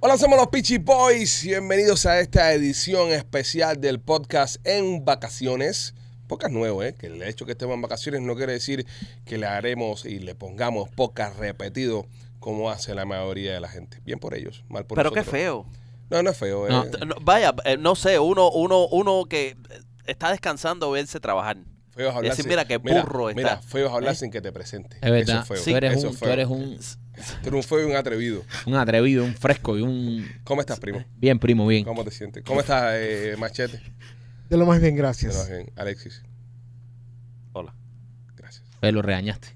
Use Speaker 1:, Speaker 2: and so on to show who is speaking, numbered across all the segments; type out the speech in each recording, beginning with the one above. Speaker 1: Hola, somos los Peachy Boys. Bienvenidos a esta edición especial del podcast en vacaciones. Podcast nuevo, ¿eh? Que el hecho que estemos en vacaciones no quiere decir que le haremos y le pongamos podcast repetido como hace la mayoría de la gente. Bien por ellos, mal por
Speaker 2: Pero qué
Speaker 1: nosotros.
Speaker 2: feo.
Speaker 1: No, no es feo.
Speaker 3: No,
Speaker 1: eh.
Speaker 2: No, vaya, eh, no sé, uno, uno, uno que eh, está descansando verse trabajar.
Speaker 1: Feo es hablar
Speaker 2: decir,
Speaker 1: sin-
Speaker 2: mira qué burro
Speaker 1: mira,
Speaker 2: está. ¿Eh?
Speaker 1: feo es hablar sin que te presente.
Speaker 3: Es verdad.
Speaker 1: Eso es feo.
Speaker 3: tú, eres
Speaker 1: Eso
Speaker 3: un,
Speaker 1: es feo.
Speaker 3: tú eres un,
Speaker 1: Tú eres un feo y un atrevido.
Speaker 3: un atrevido, un fresco y un.
Speaker 1: ¿Cómo estás, primo?
Speaker 3: Bien, primo, bien.
Speaker 1: ¿Cómo te sientes? ¿Cómo estás, eh, Machete?
Speaker 4: De lo más bien,
Speaker 1: Te lo
Speaker 4: gracias.
Speaker 1: hacen. Alexis,
Speaker 2: Hola.
Speaker 1: gracias.
Speaker 3: Pero lo regañaste.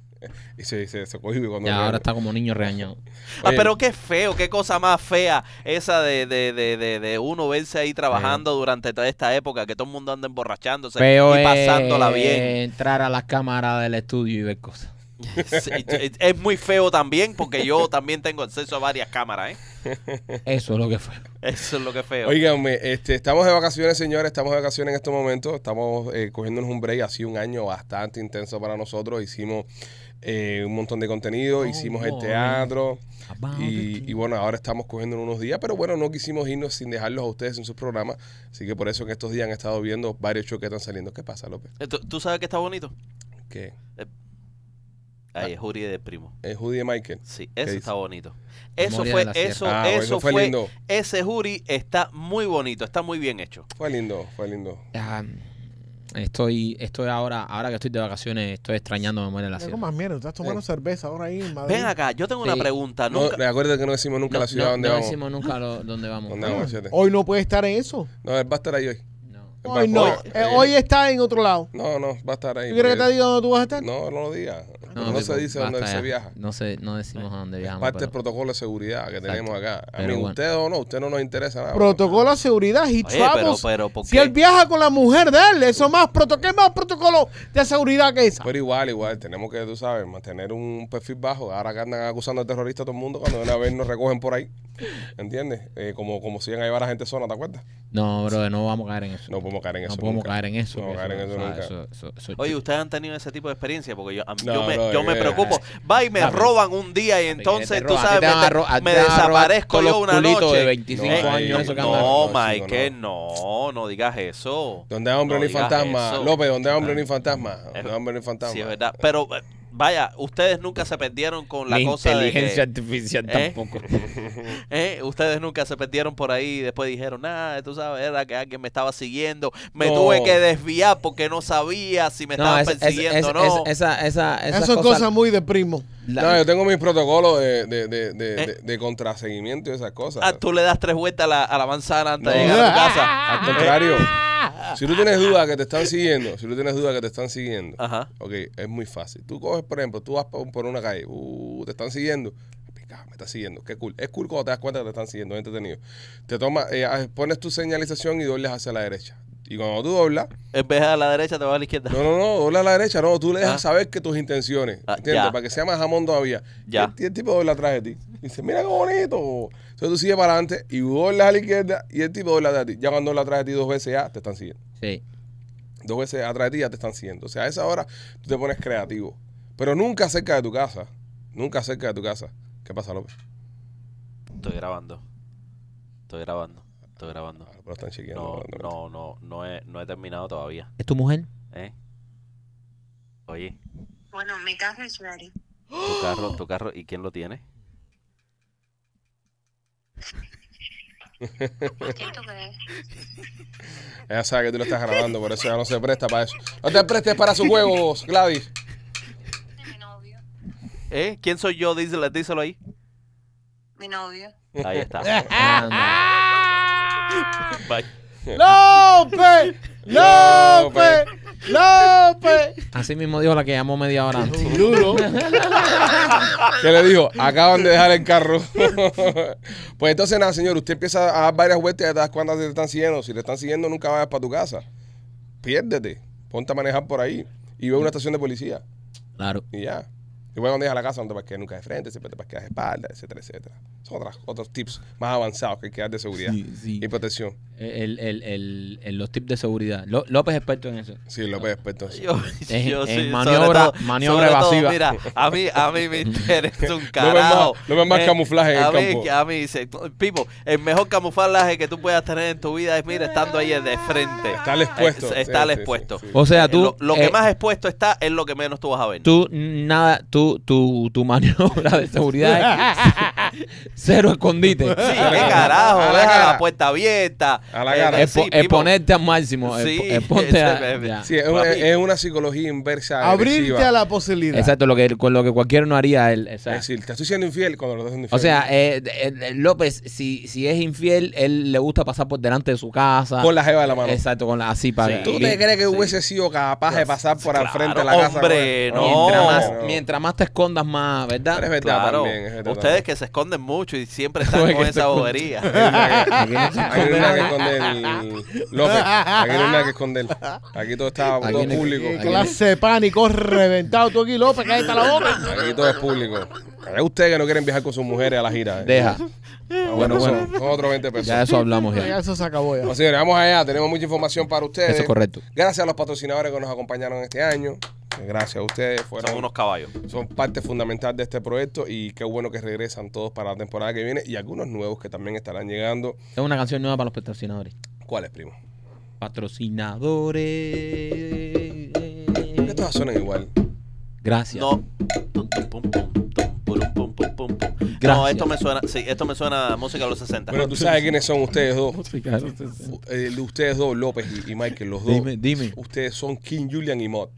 Speaker 1: Y se, se, se cohibe cuando...
Speaker 3: Ya ahora está como niño regañado.
Speaker 2: Ah,
Speaker 1: Oye.
Speaker 2: pero qué feo, qué cosa más fea esa de, de, de, de, de uno verse ahí trabajando durante toda esta época, que todo el mundo anda emborrachándose
Speaker 3: Pero eh,
Speaker 2: y pasándola bien.
Speaker 3: entrar a las cámaras del estudio y ver cosas.
Speaker 2: Sí, es es muy feo también, porque yo también tengo acceso a varias cámaras, ¿eh?
Speaker 3: Eso es lo que fue.
Speaker 2: Eso es lo que es feo.
Speaker 1: Óiganme, este, estamos de vacaciones, señores, estamos de vacaciones en estos momentos, estamos eh, cogiéndonos un break, ha sido un año bastante intenso para nosotros, hicimos eh, un montón de contenido,
Speaker 3: Oh,
Speaker 1: hicimos el
Speaker 3: boy. Ah,
Speaker 1: teatro y, y bueno, ahora estamos cogiendo unos días, pero bueno, no quisimos irnos sin dejarlos a ustedes en sus programas, así que por eso en estos días han estado viendo varios shows que están saliendo. ¿Qué pasa, López?
Speaker 2: Eh, ¿Tú, tú sabes que está bonito?
Speaker 1: ¿Qué?
Speaker 2: Ay, es Juri de primo.
Speaker 1: Eh, Judy y Michael.
Speaker 2: Sí,
Speaker 1: Ah. dice?
Speaker 2: eso está bonito. Eso
Speaker 3: Memoria
Speaker 2: fue,
Speaker 3: de la Sierra.
Speaker 2: eso,
Speaker 1: Ah, bueno,
Speaker 2: eso
Speaker 1: fue
Speaker 2: fue,
Speaker 1: lindo.
Speaker 2: ese jury está muy bonito, está muy bien hecho.
Speaker 1: Fue lindo, fue lindo.
Speaker 3: Ah, estoy, estoy ahora, ahora que estoy de vacacionnes, estoy extrañando memoria de la
Speaker 4: No
Speaker 3: sierra.
Speaker 4: más miedo, estás tomando
Speaker 1: Sí.
Speaker 4: cerveza ahora ahí en Madrid.
Speaker 2: Ven acá, yo tengo una
Speaker 3: Sí.
Speaker 2: pregunta.
Speaker 1: No,
Speaker 2: Nunca,
Speaker 1: recuerda que no decimos nunca
Speaker 3: No,
Speaker 1: la ciudad
Speaker 3: no,
Speaker 1: donde
Speaker 3: no
Speaker 1: vamos.
Speaker 3: decimos nunca lo- dónde vamos.
Speaker 1: ¿Dónde
Speaker 4: Ah,
Speaker 1: vamos, Chete?
Speaker 4: Hoy no puede estar en eso.
Speaker 1: No, él va a estar ahí hoy.
Speaker 3: No.
Speaker 1: Él va-
Speaker 4: Hoy no.
Speaker 1: hoy-
Speaker 4: Eh, hoy está en otro lado.
Speaker 1: No, no, va a estar ahí.
Speaker 4: ¿Tú quieres que
Speaker 1: porque-
Speaker 4: te diga dónde tú vas a estar?
Speaker 1: No, no lo diga. No,
Speaker 3: tipo,
Speaker 1: se dice dónde
Speaker 3: basta
Speaker 1: se
Speaker 3: ya.
Speaker 1: viaja.
Speaker 3: No, sé, no decimos a dónde viajamos.
Speaker 1: Parte del
Speaker 3: pero-
Speaker 1: protocolo de seguridad que tenemos acá. A
Speaker 3: pero
Speaker 1: mí,
Speaker 3: bueno.
Speaker 1: usted o no, usted no nos interesa nada.
Speaker 4: Protocolo de seguridad
Speaker 2: Oye,
Speaker 4: y
Speaker 2: pero,
Speaker 4: travels.
Speaker 2: pero, ¿por
Speaker 4: Si
Speaker 2: qué?
Speaker 4: él viaja con la mujer de él, eso más, proto- ¿qué más protocolo de seguridad que esa?
Speaker 1: Pero igual, igual, tenemos que, tú sabes, mantener un perfil bajo. Ahora que andan acusando a terroristas a todo el mundo, cuando de una vez nos recogen por ahí. ¿Entiendes? Eh, como, como si iban a llevar a gente zona, ¿te acuerdas?
Speaker 3: No, bro, no vamos a caer en eso.
Speaker 1: No podemos caer en
Speaker 3: No
Speaker 1: eso.
Speaker 3: podemos
Speaker 1: nunca.
Speaker 3: caer en eso.
Speaker 1: No podemos
Speaker 3: que
Speaker 1: caer en eso nunca.
Speaker 3: eso- eso-
Speaker 2: Oye, ¿ustedes han tenido ese tipo de experiencia? Porque yo, a mí- yo
Speaker 1: No,
Speaker 2: me,
Speaker 1: bro,
Speaker 2: yo me
Speaker 1: eh,
Speaker 2: preocupo. Va y me
Speaker 3: papi.
Speaker 2: roban un día y
Speaker 3: Papi, que te
Speaker 2: entonces, tú
Speaker 3: roban, a ti
Speaker 2: sabes,
Speaker 3: te van a ro- a
Speaker 2: me,
Speaker 3: ti
Speaker 2: me
Speaker 3: te van a robar
Speaker 2: desaparezco
Speaker 3: todos los
Speaker 2: yo una
Speaker 3: culitos
Speaker 2: noche. Eh,
Speaker 3: de 25
Speaker 1: años, eso que andan-
Speaker 2: no,
Speaker 1: no,
Speaker 2: Mike,
Speaker 1: chico,
Speaker 2: que no, no digas eso.
Speaker 1: ¿Dónde hay hombre
Speaker 2: No
Speaker 1: ni
Speaker 2: digas
Speaker 1: fantasma?
Speaker 2: eso.
Speaker 1: López, ¿dónde hay hombre ni fantasma? ¿Dónde hay hombre ni fantasma?
Speaker 2: Sí, es verdad. Pero, eh, vaya, ustedes nunca se perdieron con la
Speaker 3: Mi
Speaker 2: cosa de que-
Speaker 3: inteligencia artificial
Speaker 2: ¿Eh?
Speaker 3: tampoco.
Speaker 2: ¿Eh? Ustedes nunca se perdieron por ahí y después dijeron, nada, tú sabes, era que alguien me estaba siguiendo. Me
Speaker 1: No.
Speaker 2: tuve que desviar porque no sabía si me estaban
Speaker 3: es- es-
Speaker 2: persiguiendo
Speaker 3: es-
Speaker 2: o no.
Speaker 3: es- esa, esa, esas
Speaker 4: Eso es
Speaker 3: cosas-
Speaker 4: cosa muy de primo.
Speaker 3: la-
Speaker 1: No, yo tengo mis protocolos de, de, de, de,
Speaker 2: ¿Eh?
Speaker 1: de- de contraseguimiento y esas cosas.
Speaker 2: Ah, tú le das tres vueltas a la, a la manzana antes de
Speaker 1: No.
Speaker 2: llegar a tu
Speaker 1: Al
Speaker 2: casa. ¿Eh?
Speaker 1: contrario, si tú tienes dudas que te están siguiendo, si tú tienes dudas que te están siguiendo,
Speaker 2: Ajá.
Speaker 1: ok, es muy fácil. Tú coges, por ejemplo, tú vas por por una calle, uh, te están siguiendo, Pica, me están siguiendo, qué cool. Es cool cuando te das cuenta que te están siguiendo, es entretenido. Te toma, eh, ah, pones tu señalización y doblas hacia la derecha. Y cuando tú doblas,
Speaker 2: En vez de a la derecha, te vas a la izquierda.
Speaker 1: no, no, no, doblas a la derecha, no, tú le dejas
Speaker 2: Ah.
Speaker 1: saber que tus intenciones,
Speaker 2: Ah,
Speaker 1: ¿entiendes?
Speaker 2: ya.
Speaker 1: Para que sea más jamón todavía.
Speaker 2: Ya.
Speaker 1: Y el, y el tipo dobla atrás de ti. Y dice, mira qué bonito. Entonces tú sigues para adelante y doblas a la izquierda y el tipo dobla atrás de ti. Ya cuando dobla atrás de ti dos veces ya te están siguiendo
Speaker 3: Sí.
Speaker 1: dos veces atrás de ti ya te están siguiendo. O sea, a esa hora tú te pones creativo. Pero nunca cerca de tu casa. Nunca cerca de tu casa. ¿Qué pasa, López?
Speaker 2: Estoy grabando. Estoy grabando. Estoy grabando.
Speaker 1: Ah, Pero están chequeando.
Speaker 2: No, no, no, no he, no he terminado todavía.
Speaker 3: ¿Es tu mujer?
Speaker 2: ¿eh? Oye,
Speaker 5: Bueno, mi carro es ready.
Speaker 2: tu carro, tu carro, ¿y quién lo tiene?
Speaker 5: Poquito que es.
Speaker 1: Ella sabe que tú lo estás grabando, por eso ya no se presta para eso. No te prestes para sus juegos, Gladys.
Speaker 5: de Este Mi novio.
Speaker 2: ¿Eh? ¿Quién soy yo? Díselo, díselo ahí.
Speaker 5: Mi novio.
Speaker 2: Ahí está.
Speaker 3: Ah,
Speaker 2: Bye.
Speaker 4: ¡López! ¡López! ¡López!
Speaker 3: no. Así mismo dijo la que llamó media hora antes.
Speaker 4: Duro.
Speaker 1: ¿Qué le dijo? Acaban de dejar el carro. pues entonces nada, señor, usted empieza a dar varias vueltas y ya te das cuenta si te están siguiendo. Si te están siguiendo, nunca vayas para tu casa. Piérdete. Ponte a manejar por ahí. Y ve a una estación de policía.
Speaker 3: Claro.
Speaker 1: Y ya. Igual cuando llegas a la casa no te parqueas nunca de frente, siempre te parqueas de espalda, etcétera, etcétera. Son otras, otros tips más avanzados que hay que dar de seguridad
Speaker 3: Sí, sí.
Speaker 1: y protección.
Speaker 3: El, el- el- el- los tips de seguridad. Ló- López es experto en eso.
Speaker 1: Sí, pues, López experto. en eso.
Speaker 2: Yo,
Speaker 3: Es-
Speaker 2: yo
Speaker 3: es
Speaker 2: sí, sobre
Speaker 3: maniobra-
Speaker 2: todo-
Speaker 3: maniobra
Speaker 2: sobre todo,
Speaker 3: evasiva.
Speaker 2: mira, a mí, a mí me interesa
Speaker 1: No
Speaker 2: un
Speaker 1: ven
Speaker 2: carajo. Eh,
Speaker 1: más- no ven más camuflaje en
Speaker 2: a
Speaker 1: el
Speaker 2: mí,
Speaker 1: campo.
Speaker 2: A mí dice, Pipo, el mejor camuflaje que tú puedas tener en tu vida es, mira, estando ahí de frente.
Speaker 1: Está al expuesto.
Speaker 2: Eh,
Speaker 1: Sí,
Speaker 2: Está al
Speaker 1: sí, sí,
Speaker 2: expuesto.
Speaker 1: sí.
Speaker 3: O sea, tú.
Speaker 2: lo, lo que
Speaker 3: eh,
Speaker 2: más expuesto está es lo que menos tú vas a ver.
Speaker 3: Tú, nada, tú, tu, tu maniobra de seguridad es cero escondite.
Speaker 2: sí,
Speaker 1: A la
Speaker 2: qué
Speaker 1: cara.
Speaker 2: carajo,
Speaker 1: A la
Speaker 2: deja
Speaker 1: cara.
Speaker 2: la puerta abierta.
Speaker 1: A la
Speaker 2: Eh,
Speaker 1: cara.
Speaker 3: Es, po-
Speaker 2: sí,
Speaker 3: es
Speaker 2: Pipo.
Speaker 3: ponerte al máximo. es
Speaker 2: Sí,
Speaker 3: po- es ponte a-
Speaker 2: ese-
Speaker 3: ya.
Speaker 1: Sí, es una,
Speaker 2: Papi.
Speaker 1: es una psicología inversa.
Speaker 4: Abrirte
Speaker 1: agresiva.
Speaker 4: a la posibilidad.
Speaker 3: Exacto, lo que, con lo que cualquiera no haría él.
Speaker 1: Es
Speaker 3: exacto.
Speaker 1: decir, te estoy siendo infiel cuando lo estás siendo
Speaker 3: O
Speaker 1: infiel.
Speaker 3: sea, eh, eh, López, si, si es infiel, él le gusta pasar por delante de su casa.
Speaker 1: con la jeva de la mano.
Speaker 3: Exacto, con la así para.
Speaker 1: ¿Tú
Speaker 3: y-
Speaker 1: te crees que
Speaker 2: Sí.
Speaker 1: hubiese sido capaz de pasar por al
Speaker 2: Claro,
Speaker 1: frente de la casa?
Speaker 2: hombre,
Speaker 1: con-
Speaker 2: no.
Speaker 3: Mientras, más,
Speaker 1: No.
Speaker 3: mientras más te escondas, más,
Speaker 1: Pero es
Speaker 3: ¿verdad?
Speaker 1: verdad
Speaker 2: Claro,
Speaker 1: también, es verdad
Speaker 2: ustedes
Speaker 1: también.
Speaker 2: que se esconden mucho y siempre están
Speaker 3: Porque
Speaker 2: con
Speaker 3: se
Speaker 2: esa
Speaker 3: esconden.
Speaker 2: bobería.
Speaker 1: Aquí no se esconde nada que esconder. López, aquí no hay nada que esconder. Aquí todo está todo
Speaker 3: Aquí no hay-
Speaker 1: público.
Speaker 4: Qué
Speaker 1: Aquí,
Speaker 4: clase de pánico reventado tú aquí, López, cállate la boca.
Speaker 1: todo es público. Hay ustedes que no quieren viajar con sus mujeres a la gira. eh.
Speaker 3: Deja.
Speaker 1: Ah,
Speaker 3: Bueno,
Speaker 1: bueno,
Speaker 3: bueno.
Speaker 1: son son otros 20 pesos.
Speaker 3: Ya de eso hablamos ya.
Speaker 4: Ya eso se acabó ya.
Speaker 1: Bueno, señores, vamos allá. Tenemos mucha información para ustedes.
Speaker 3: Eso es correcto.
Speaker 1: Gracias a los patrocinadores que nos acompañaron este año. Gracias a ustedes. Fueron,
Speaker 2: Son unos caballos.
Speaker 1: son parte fundamental de este proyecto y qué bueno que regresan todos para la temporada que viene y algunos nuevos que también estarán llegando.
Speaker 3: Es una canción nueva para los patrocinadores.
Speaker 1: ¿Cuáles, primo?
Speaker 3: Patrocinadores.
Speaker 1: Que todas suenan igual.
Speaker 3: Gracias.
Speaker 2: No. Tum, tum, pum, pum, tum, purum, pum, pum, pum, pum. No,
Speaker 3: Gracias.
Speaker 2: esto me suena, sí, esto me suena a música de los 60.
Speaker 1: Pero tú sabes quiénes son ustedes dos.
Speaker 3: Claro, sí, sí.
Speaker 1: U- eh, ustedes dos, López y, y Michael, los dos.
Speaker 3: Dime, dime.
Speaker 1: Ustedes son King Julian y Mod.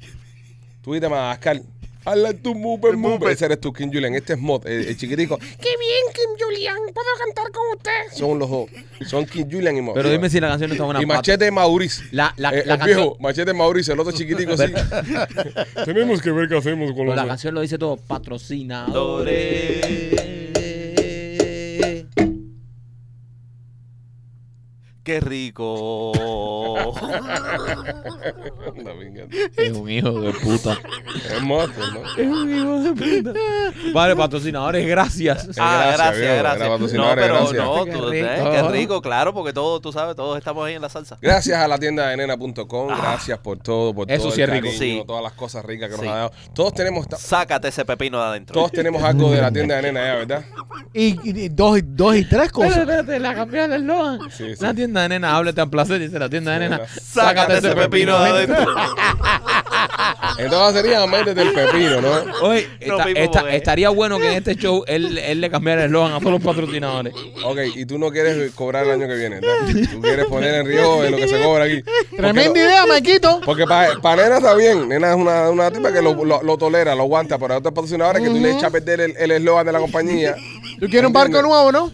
Speaker 1: Tú viste a Madagascar. Hazle tu mupe, mupe. Ese eres tú, King Julian. Este es Mod, el, el chiquitico. ¡Qué bien, King Julian! ¿Puedo cantar con usted? Son los dos. Son King Julian y Mod.
Speaker 3: Pero dime si la canción no está buena.
Speaker 1: Y Machete Mauricio.
Speaker 3: La- la-
Speaker 1: Eh,
Speaker 3: la
Speaker 1: el
Speaker 3: canción-
Speaker 1: viejo, Machete Mauricio, el otro chiquitico, sí. Tenemos que ver qué hacemos con
Speaker 3: Pero
Speaker 1: los...
Speaker 3: la canción lo dice todo. Patrocinadores.
Speaker 2: Qué rico.
Speaker 1: Anda, venga.
Speaker 3: Es un hijo de puta.
Speaker 1: Es Mod, pues, ¿no?
Speaker 3: Es un hijo de puta. Vale, patrocinadores, gracias.
Speaker 2: Ah,
Speaker 1: gracias, viejo,
Speaker 2: gracias, gracias.
Speaker 1: era
Speaker 2: No,
Speaker 1: patrocinadores,
Speaker 2: pero
Speaker 1: gracias.
Speaker 2: no,
Speaker 3: Qué
Speaker 2: tú- eh,
Speaker 3: rico.
Speaker 2: qué, rico. claro, porque todos, tú sabes, todos estamos ahí en la salsa.
Speaker 1: Gracias a la tienda de nena.com, gracias por todo, por
Speaker 3: Ah. Eso
Speaker 1: todo
Speaker 3: sí
Speaker 1: el
Speaker 3: es rico.
Speaker 1: cariño,
Speaker 2: Sí.
Speaker 1: todas las cosas ricas que
Speaker 2: Sí.
Speaker 1: nos ha dado. Todos tenemos ta-
Speaker 2: Sácate ese pepino de adentro.
Speaker 1: todos tenemos algo de la tienda de nena ya, ¿verdad?
Speaker 4: Y, y- y dos, y- dos y tres cosas.
Speaker 3: Espérate, espérate, la cambié al eslogan.
Speaker 1: Sí, sí.
Speaker 3: La tienda de nena, háblate al placer, dice la tienda de
Speaker 1: Sí,
Speaker 3: nena.
Speaker 1: la-
Speaker 2: Sácate ese pepino de adentro.
Speaker 1: Entonces sería métete el pepino, ¿no?
Speaker 3: Oye,
Speaker 2: No,
Speaker 3: esta-
Speaker 2: Pipo,
Speaker 3: esta-
Speaker 2: porque-
Speaker 3: estaría bueno que en este show él, él le cambiara el eslogan a todos los patrocinadores.
Speaker 1: Ok, y tú no quieres cobrar el año que viene, ¿verdad? Tú quieres poner en riesgo de lo que se cobra aquí. Porque
Speaker 4: Tremenda
Speaker 1: lo-
Speaker 4: idea, Maquito.
Speaker 1: Porque para nena está bien, nena es una, una tipa que lo, lo- lo tolera, lo aguanta, pero hay otros patrocinadores que tú le echas a perder el- el eslogan de la compañía.
Speaker 4: Tú quieres un barco
Speaker 1: Entiendo.
Speaker 4: nuevo, ¿no?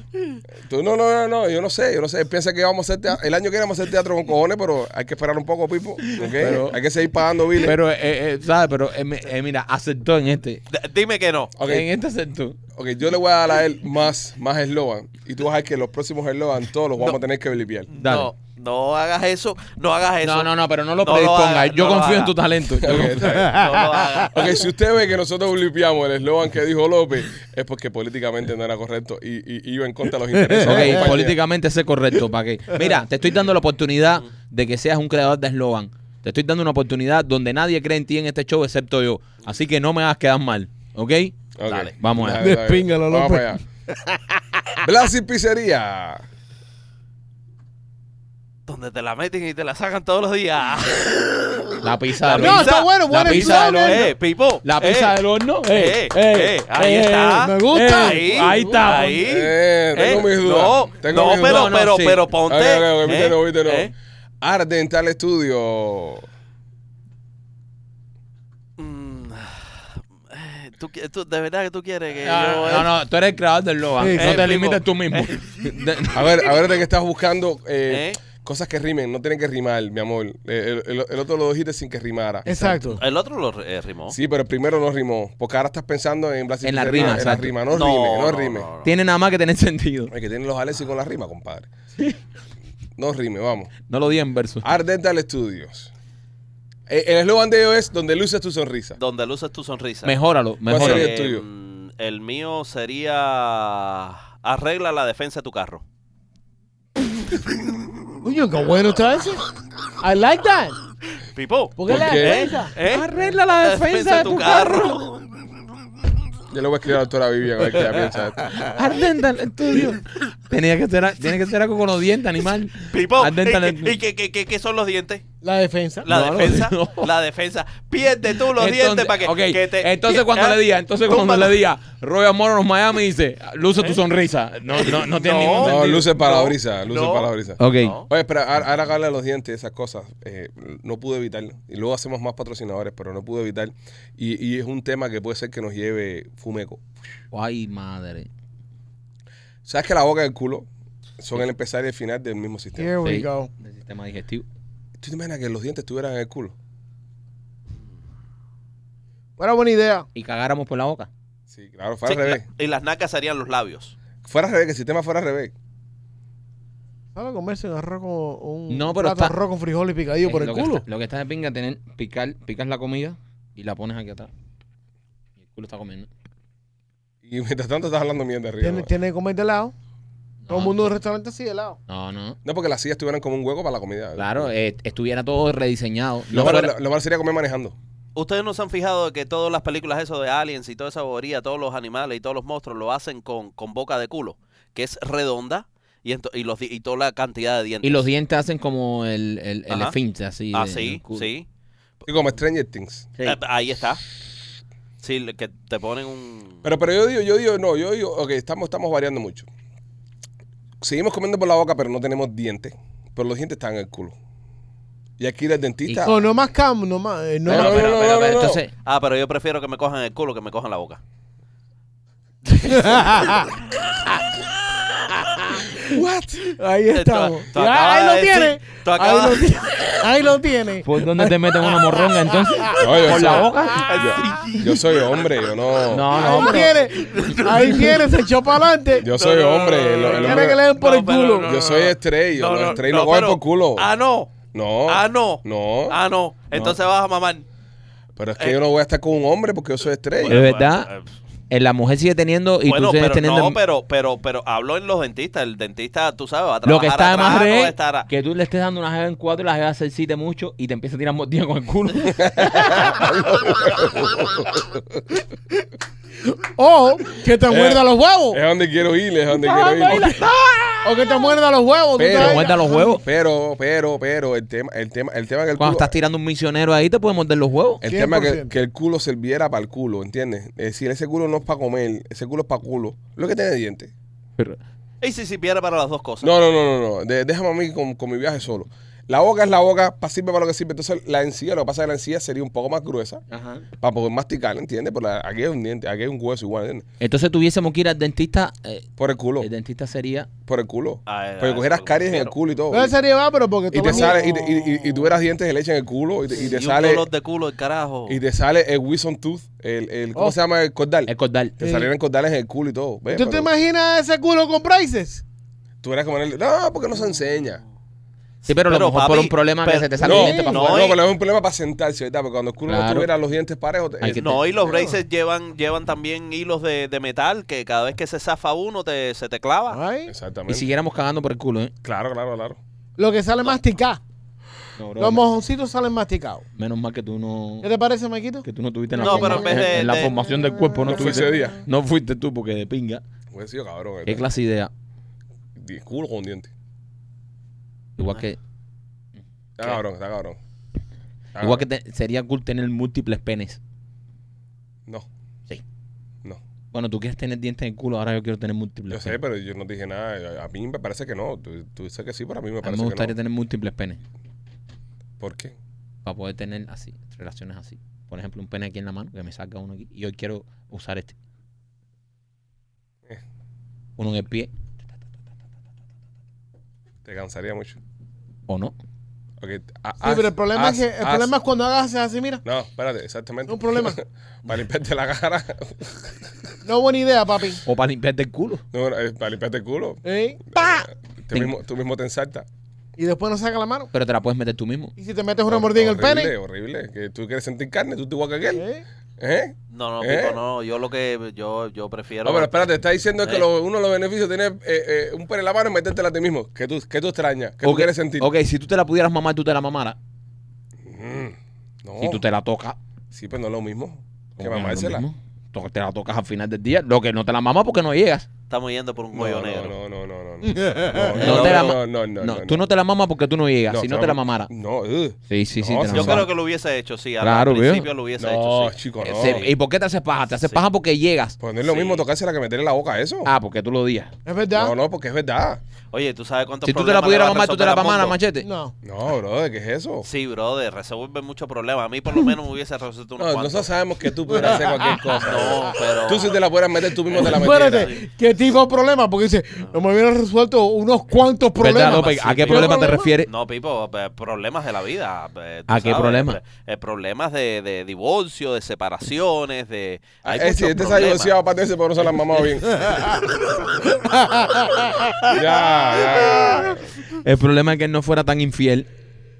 Speaker 1: Tú, no, no, no, no, yo no sé, yo no sé. Piensa que vamos a hacer teatro, el año que vamos a hacer teatro con cojones, pero hay que esperar un poco, Pipo. ¿ok?
Speaker 3: Pero-
Speaker 1: hay que seguir pagando biles.
Speaker 3: Pero, eh, eh, ¿sabes? Pero, eh, me- eh, mira, aceptó en este.
Speaker 2: D- Dime que no.
Speaker 1: Ok,
Speaker 3: En este aceptó.
Speaker 1: ok, yo le voy a dar a él más, más eslogan y tú vas a ver que los próximos eslogan todos los vamos
Speaker 2: No.
Speaker 1: a tener que blipear.
Speaker 3: Dale.
Speaker 2: No, no hagas eso, no hagas eso.
Speaker 3: No, no, no, pero no lo
Speaker 2: No lo
Speaker 3: predispongas.
Speaker 2: haga, no
Speaker 3: Yo
Speaker 2: lo
Speaker 3: confío en
Speaker 2: haga.
Speaker 3: tu talento. Yo
Speaker 1: Ok,
Speaker 3: confío-
Speaker 1: está bien.
Speaker 2: No lo hagas.
Speaker 1: Ok, si usted ve que nosotros blipeamos el eslogan que dijo López, es porque políticamente no era correcto y, y- y iba en contra de los intereses. de la
Speaker 3: Ok,
Speaker 1: compañía.
Speaker 3: políticamente sé correcto. ¿Para qué? Mira, te estoy dando la oportunidad de que seas un creador de eslogan. Te estoy dando una oportunidad donde nadie cree en ti en este show excepto yo. Así que no me hagas quedar mal. ¿Ok?
Speaker 1: Ok.
Speaker 2: Dale.
Speaker 3: Vamos allá.
Speaker 1: Dale, dale.
Speaker 4: Despíngalo,
Speaker 1: Vamos
Speaker 4: López.
Speaker 1: para allá. Blas y Pizzería.
Speaker 2: Donde te la meten y te la sacan todos los días.
Speaker 3: La pizza del
Speaker 2: La
Speaker 4: No,
Speaker 2: pizza-
Speaker 3: horno.
Speaker 4: está bueno,
Speaker 3: La
Speaker 4: buen
Speaker 3: pizza del
Speaker 4: eslogan.
Speaker 3: horno.
Speaker 2: Eh, Pipo.
Speaker 3: La
Speaker 2: eh,
Speaker 3: pizza del horno. Eh,
Speaker 2: eh, eh, ahí
Speaker 3: eh,
Speaker 2: está.
Speaker 3: eh,
Speaker 4: Me gusta.
Speaker 3: eh, ahí está.
Speaker 2: Ahí.
Speaker 1: Eh, tengo
Speaker 2: Eh,
Speaker 1: mis dudas.
Speaker 2: No,
Speaker 1: Tengo
Speaker 2: no,
Speaker 1: mis
Speaker 2: pero,
Speaker 1: dudas.
Speaker 3: No, no,
Speaker 2: pero,
Speaker 3: sí.
Speaker 2: pero
Speaker 1: Ok,
Speaker 2: ponte.
Speaker 1: ok, ok, viste,
Speaker 2: eh,
Speaker 1: no, viste, no.
Speaker 2: eh.
Speaker 1: Art Dental Studio.
Speaker 2: Mm, eh, tú qui- tú- de verdad que tú quieres que
Speaker 3: Ah,
Speaker 2: yo.
Speaker 3: No, no, tú eres el creador del eslogan.
Speaker 4: Sí.
Speaker 3: No
Speaker 2: Eh,
Speaker 3: te limites
Speaker 2: primo.
Speaker 3: tú mismo.
Speaker 1: A ver, a ver de qué estás buscando eh,
Speaker 2: ¿Eh?
Speaker 1: cosas que rimen. No tienen que rimar, mi amor. Eh, El, el- el otro lo dijiste sin que rimara.
Speaker 4: Exacto.
Speaker 2: El otro lo eh, rimó.
Speaker 1: Sí, pero el primero no rimó. Porque ahora estás pensando en Blas y
Speaker 3: En la
Speaker 1: Pizzería,
Speaker 3: rima,
Speaker 1: En la
Speaker 3: exacto.
Speaker 1: rima, no, rime, no, rime.
Speaker 2: no, no.
Speaker 3: Tiene nada más que tener sentido.
Speaker 1: Hay que tienen los Alexis con la rima, compadre. No rime, vamos.
Speaker 3: No lo di en verso.
Speaker 2: Ah,
Speaker 1: Art Dental Studios. Eh, El eslogan de ellos es donde luces tu sonrisa.
Speaker 2: Donde luces tu sonrisa. pues,
Speaker 3: Mejóralo,
Speaker 1: ¿Cuál
Speaker 3: mejóralo.
Speaker 1: sería? el tuyo?
Speaker 2: mm, el mío sería. Arregla la defensa de tu carro.
Speaker 4: Coño, qué bueno está ese. I like that.
Speaker 2: Pipo.
Speaker 4: ¿Por qué
Speaker 1: ¿Por
Speaker 4: la
Speaker 1: qué?
Speaker 4: defensa?
Speaker 2: ¿Eh?
Speaker 4: Arregla la defensa de tu carro.
Speaker 1: Yo le voy a escribir a la doctora Vivian a ver qué ella piensa de esto.
Speaker 3: Ardenta el estudio. Tenía que ser, tiene que ser algo con los dientes, animal.
Speaker 2: Pipo.
Speaker 3: Ardenta
Speaker 2: ¿Y,
Speaker 3: el-
Speaker 2: qué- y qué, qué- qué- qué son los dientes?
Speaker 4: La defensa.
Speaker 2: La
Speaker 3: No, los
Speaker 2: defensa.
Speaker 3: dientes no.
Speaker 2: La defensa. Pierde tú los dientes para que,
Speaker 3: ok,
Speaker 2: que te.
Speaker 3: entonces cuando
Speaker 2: ¿Ah?
Speaker 3: le diga, entonces cuando
Speaker 2: Túmbalo.
Speaker 3: le diga, Royal Moros Miami dice, luce tu sonrisa. No, no, no tiene
Speaker 2: ¿Eh? No.
Speaker 3: ningún
Speaker 1: No,
Speaker 3: sentido.
Speaker 1: luces para la
Speaker 2: No,
Speaker 1: brisa, luces
Speaker 2: no.
Speaker 1: para la brisa.
Speaker 3: Ok.
Speaker 2: No.
Speaker 1: Oye, espera, ahora ahora que habla de los dientes, esas cosas, eh, no pude evitarlo. Y luego hacemos más patrocinadores, pero no pude evitar. Y, y es un tema que puede ser que nos lleve Fumeco.
Speaker 3: Ay, madre.
Speaker 1: ¿Sabes que la boca y el culo son el empezar y el final del mismo sistema?
Speaker 4: Here we
Speaker 3: Sí.
Speaker 4: go.
Speaker 3: Del sistema digestivo.
Speaker 1: ¿Tú te imaginas que los dientes estuvieran en el culo?
Speaker 4: Buena buena idea.
Speaker 3: Y cagáramos por la boca.
Speaker 1: Sí, claro,
Speaker 2: Sí,
Speaker 1: fuera al
Speaker 2: la-
Speaker 1: revés.
Speaker 2: y las nacas serían los labios.
Speaker 1: Fuera al revés, que el sistema fuera al revés.
Speaker 4: Ahora comerse un arroz con un
Speaker 3: No, pero
Speaker 4: plato de
Speaker 3: está-
Speaker 4: arroz con frijol y picadillo
Speaker 3: Eh,
Speaker 4: por el
Speaker 3: lo que
Speaker 4: culo.
Speaker 3: está- lo que está de pinga es tener, picar, picas la comida y la pones aquí atrás. Y el culo está comiendo.
Speaker 1: Y mientras tanto estás hablando mierda arriba.
Speaker 4: Tiene,
Speaker 1: ¿no?
Speaker 4: tiene que comer de lado.
Speaker 3: No,
Speaker 4: Todo el mundo en el restaurante así de lado.
Speaker 3: No, no.
Speaker 1: No, porque las sillas estuvieran como un hueco para la comida.
Speaker 3: Claro, eh, estuviera todo rediseñado.
Speaker 1: Lo,
Speaker 3: No
Speaker 1: malo,
Speaker 3: fuera-
Speaker 1: lo- lo malo sería comer manejando.
Speaker 2: Ustedes no se han fijado de que todas las películas eso de aliens y toda esa bobería, todos los animales y todos los monstruos lo hacen con, con boca de culo, que es redonda y, ento- y, los, di- y toda la cantidad de dientes.
Speaker 3: y los dientes hacen como el, el, el
Speaker 2: Ajá.
Speaker 3: esfínter, así.
Speaker 2: Ah,
Speaker 3: de- del
Speaker 2: sí,
Speaker 3: culo.
Speaker 2: sí.
Speaker 1: Y como Stranger Things.
Speaker 3: Sí.
Speaker 2: Eh, ahí está. Sí, le- que te ponen un...
Speaker 1: Pero, pero yo digo, yo digo, no, yo digo, ok, estamos, estamos variando mucho. Seguimos comiendo por la boca, pero no tenemos dientes. Pero los dientes están en el culo. Y aquí ir al dentista.
Speaker 4: No, no más cam, no más. eh, no
Speaker 1: Pero-
Speaker 4: más-
Speaker 1: no, no, no, no, no.
Speaker 3: entonces,
Speaker 2: Ah, pero yo prefiero que me cojan el culo que me cojan la boca.
Speaker 4: Ahí estamos.
Speaker 2: Tú- tú
Speaker 4: Ya,
Speaker 2: acabas
Speaker 4: ahí
Speaker 2: de
Speaker 4: lo
Speaker 2: decir-
Speaker 4: tiene.
Speaker 2: tú
Speaker 4: Ahí
Speaker 2: acabas-
Speaker 4: lo tiene. Ahí lo tiene.
Speaker 3: ¿por dónde te meten una morronga entonces?
Speaker 1: No, yo
Speaker 3: ¿Por
Speaker 1: soy-
Speaker 3: la boca?
Speaker 1: Yo, yo soy hombre, yo Ah, no.
Speaker 3: No,
Speaker 4: Ahí
Speaker 3: no, pero-
Speaker 4: tiene. Ahí tiene, se echó para adelante.
Speaker 1: Yo soy
Speaker 2: No, no, no,
Speaker 1: hombre.
Speaker 2: no,
Speaker 1: el-
Speaker 2: no,
Speaker 1: el
Speaker 2: no,
Speaker 4: Quiere
Speaker 1: hombre-
Speaker 4: que le den por
Speaker 2: No,
Speaker 4: el
Speaker 2: pero
Speaker 4: culo.
Speaker 2: no,
Speaker 1: yo soy estrella.
Speaker 2: No,
Speaker 1: los
Speaker 2: no,
Speaker 1: estrellas
Speaker 2: no,
Speaker 1: lo cogen
Speaker 2: pero-
Speaker 1: por culo.
Speaker 2: Ah, no.
Speaker 1: no.
Speaker 2: Ah, no.
Speaker 1: No.
Speaker 2: Ah, eh. no. Entonces vas a mamar.
Speaker 1: Pero es que yo no voy a estar con un hombre porque yo soy estrella.
Speaker 3: Es verdad. eh, La mujer sigue teniendo y
Speaker 2: bueno,
Speaker 3: tú sigues
Speaker 2: pero
Speaker 3: teniendo.
Speaker 2: no, pero, pero, pero hablo en los dentistas. El dentista, tú sabes, va a trabajar
Speaker 3: Lo que está de
Speaker 2: atrás,
Speaker 3: más
Speaker 2: no va
Speaker 3: re
Speaker 2: a estar a-
Speaker 3: que tú le estés dando una jeva en cuatro y la jeva se excite mucho y te empieza a tirar mordidas con el culo.
Speaker 4: O que
Speaker 1: Eh,
Speaker 4: te muerda los huevos.
Speaker 1: Es donde quiero ir, es
Speaker 2: Ah,
Speaker 1: donde quiero ir.
Speaker 4: O que te muerda los huevos. tú
Speaker 1: Pero-
Speaker 4: sabes.
Speaker 3: te muerda los huevos.
Speaker 1: Pero, pero, pero, el tema, el tema, el tema que el
Speaker 3: Cuando
Speaker 1: culo,
Speaker 3: estás tirando un misionero ahí te puede morder los huevos.
Speaker 1: el tema que,
Speaker 4: 100%.
Speaker 1: que el culo serviera para el culo, ¿entiendes? Es decir, ese culo no es para comer, ese culo es para culo. Lo que tiene dientes.
Speaker 2: Y si sirviera para las dos cosas.
Speaker 1: No, no, no, no, no. De- déjame a mí con, con mi viaje solo. La boca es la boca, pa- sirve para lo que sirve. Entonces, la encía, lo que pasa es que la encía sería un poco más gruesa
Speaker 3: Ajá.
Speaker 1: para poder masticar, ¿entiendes? Pero la- aquí hay un diente, aquí hay un hueso igual, ¿entiendes?
Speaker 3: Entonces tuviésemos que ir al dentista. eh,
Speaker 1: Por el culo,
Speaker 3: el dentista sería.
Speaker 1: por el culo.
Speaker 2: Ah, eh,
Speaker 1: Porque
Speaker 2: ah,
Speaker 1: cogieras
Speaker 2: eso
Speaker 1: caries en el
Speaker 2: prefiero.
Speaker 1: culo y todo.
Speaker 4: Pero sería va, pero porque
Speaker 1: Y
Speaker 4: tú
Speaker 1: te
Speaker 4: lo
Speaker 1: sale, y,
Speaker 4: mismo-
Speaker 1: y, y- y tú eras dientes de leche en el culo y te, y te
Speaker 2: Y
Speaker 1: sale.
Speaker 2: un dolor de culo, el carajo.
Speaker 1: Y te sale el Wilson Tooth, el, el ¿cómo
Speaker 4: Oh.
Speaker 1: se llama? El cordal.
Speaker 3: El cordal.
Speaker 1: te salieron cordales en el culo y todo. ¿Ves?
Speaker 4: ¿Tú te
Speaker 1: Pero
Speaker 4: imaginas ese culo con prices?
Speaker 1: Tú eras como en el... No, porque no se enseña.
Speaker 3: Sí, pero, a
Speaker 2: Pero,
Speaker 3: lo mejor por
Speaker 2: papi,
Speaker 3: un problema que
Speaker 2: pero-
Speaker 3: se te
Speaker 1: No,
Speaker 3: sale el
Speaker 1: no,
Speaker 3: diente para
Speaker 2: no,
Speaker 3: afuera.
Speaker 2: y-
Speaker 1: pero es un problema para sentarse, ¿verdad? Porque cuando el culo no
Speaker 3: Claro.
Speaker 1: tuviera los dientes parejos... te-
Speaker 3: Hay que-
Speaker 2: No, y los braces llevan, llevan también hilos de, de metal que cada vez que se zafa uno te, se te clava.
Speaker 4: Ay.
Speaker 3: Y
Speaker 1: Exactamente.
Speaker 3: siguiéramos cagando por el culo, ¿eh?
Speaker 1: Claro, claro, claro.
Speaker 4: Lo que sale masticado.
Speaker 3: No, bro,
Speaker 4: Los mojoncitos salen masticados.
Speaker 3: Menos mal que tú no.
Speaker 4: ¿Qué te parece, Maquito?
Speaker 3: Que tú no tuviste en la,
Speaker 2: No, pero
Speaker 3: forma-
Speaker 2: en vez de-
Speaker 3: en la
Speaker 2: de-
Speaker 3: formación del cuerpo. No,
Speaker 1: No fue
Speaker 3: tuviste,
Speaker 1: ese día.
Speaker 3: No fuiste tú porque de pinga.
Speaker 1: Hubiese sido Pues cabrón.
Speaker 3: ¿Qué
Speaker 1: ¿verdad?
Speaker 3: clase de idea?
Speaker 1: Di- Culo con diente.
Speaker 3: Igual que,
Speaker 1: Está cabrón, está cabrón. Está
Speaker 3: igual que
Speaker 1: cabrón.
Speaker 3: te- sería cool tener múltiples penes.
Speaker 1: No.
Speaker 3: Sí.
Speaker 1: No.
Speaker 3: Bueno, tú quieres tener dientes en el culo, ahora yo quiero tener múltiples
Speaker 1: Yo sé,
Speaker 3: penes.
Speaker 1: pero yo no dije nada. A- A mí me parece que no. Tú, tú dices que sí, pero a mí me
Speaker 3: A mí
Speaker 1: parece
Speaker 3: me gustaría
Speaker 1: que no.
Speaker 3: tener múltiples penes
Speaker 1: ¿Por qué?
Speaker 3: para poder tener así, relaciones así. Por ejemplo, un pene aquí en la mano, que me salga uno aquí, y hoy quiero usar este.
Speaker 1: Eh.
Speaker 3: Uno en el pie,
Speaker 1: Te cansaría mucho.
Speaker 3: o no.
Speaker 1: Okay. a-
Speaker 4: Sí, pero el problema,
Speaker 1: haz-
Speaker 4: es, que, el
Speaker 1: haz-
Speaker 4: problema es cuando hagas así, mira.
Speaker 1: No, espérate, exactamente.
Speaker 4: Un problema.
Speaker 1: para limpiarte la cara.
Speaker 4: No buena idea, papi.
Speaker 3: O para limpiarte el culo.
Speaker 1: No, eh, para limpiarte el culo.
Speaker 4: ¿Eh? ¡Pa!
Speaker 1: Tú
Speaker 3: Ten-
Speaker 1: mismo, tú mismo te ensartas.
Speaker 4: Y después no saca la mano.
Speaker 3: Pero te la puedes meter tú mismo.
Speaker 4: Y si te metes una mordida en el
Speaker 1: Horrible,
Speaker 4: pene.
Speaker 1: Horrible, Que tú quieres sentir carne, tú te igual que aquel.
Speaker 4: ¿Eh?
Speaker 1: ¿Eh?
Speaker 2: No, no,
Speaker 1: ¿Eh?
Speaker 2: Pico, no. Yo lo que. Yo, yo prefiero.
Speaker 1: No, pero espérate, está diciendo que
Speaker 2: Eh.
Speaker 1: lo- uno de los beneficios de tener eh, eh, un pene en la mano es metértela a ti mismo. ¿Qué tú, qué tú extrañas? ¿Qué tú
Speaker 3: Ok,
Speaker 1: quieres sentir?
Speaker 3: Ok, si tú te la pudieras mamar, tú te la mamaras.
Speaker 1: Mm, no.
Speaker 3: Si tú te la tocas.
Speaker 1: Sí, pero no es lo mismo. Que
Speaker 3: ¿cómo no es lo
Speaker 1: mamársela.
Speaker 3: mismo? To- Te la tocas al final del día. Lo que no te la mamas porque no llegas.
Speaker 2: Estamos yendo por un cuello
Speaker 1: No,
Speaker 2: negro.
Speaker 1: no, no, no, no, no. No,
Speaker 3: No te la ma-
Speaker 1: no, no, no,
Speaker 3: No,
Speaker 1: no,
Speaker 3: tú no te la mamas porque tú no llegas. si no te la mamaras.
Speaker 1: No, uh.
Speaker 3: Sí, sí, sí.
Speaker 1: No,
Speaker 3: te la
Speaker 1: si no.
Speaker 2: Yo
Speaker 3: mamabas.
Speaker 2: creo que lo hubiese hecho, sí. Al
Speaker 3: Claro, viejo.
Speaker 2: principio lo hubiese
Speaker 1: no,
Speaker 2: hecho, sí.
Speaker 1: chico, no.
Speaker 3: Se- ¿Y por qué te haces paja? Te haces
Speaker 2: Sí.
Speaker 3: paja porque llegas.
Speaker 1: Pues no es lo
Speaker 2: Sí.
Speaker 1: mismo tocársela que meterle en la boca eso.
Speaker 3: Ah, porque tú lo digas.
Speaker 4: ¿Es verdad?
Speaker 1: No, no, porque es verdad.
Speaker 2: Oye, ¿tú sabes cuántos
Speaker 3: Si tú te la
Speaker 2: problemas le
Speaker 3: pudieras
Speaker 2: va a
Speaker 3: mamar, tú te la
Speaker 2: resolver al
Speaker 3: mamaras,
Speaker 2: mundo?
Speaker 3: machete.
Speaker 4: No.
Speaker 1: No, bro, ¿qué es eso?
Speaker 2: Sí, brother, resuelve muchos problemas. A mí por lo menos me hubiese resuelto unos
Speaker 1: No,
Speaker 2: cuantos.
Speaker 1: nosotros sabemos que tú pudieras hacer cualquier cosa.
Speaker 2: No, pero-
Speaker 1: Tú si te la pudieras meter, tú
Speaker 3: Pues
Speaker 1: mismo te la metieras.
Speaker 4: Espérate, ¿qué tipo de problema? Porque dice, no me hubieran resuelto unos cuantos
Speaker 3: Ah. ¿Verdad,
Speaker 4: problemas.
Speaker 3: López? ¿A
Speaker 2: sí,
Speaker 3: qué
Speaker 2: pero-
Speaker 3: problema te refieres?
Speaker 2: No, Pipo, eh, problemas de la vida. eh, tú
Speaker 3: ¿A qué problema?
Speaker 2: eh, problemas de, de divorcio, de separaciones, de... hay
Speaker 1: Eh, sí,
Speaker 2: muchos
Speaker 1: este se ha
Speaker 2: problemas.
Speaker 1: divorciado aparte ese, pero no se la han mamado bien. ya, ya, ya.
Speaker 3: El problema es que él no fuera tan infiel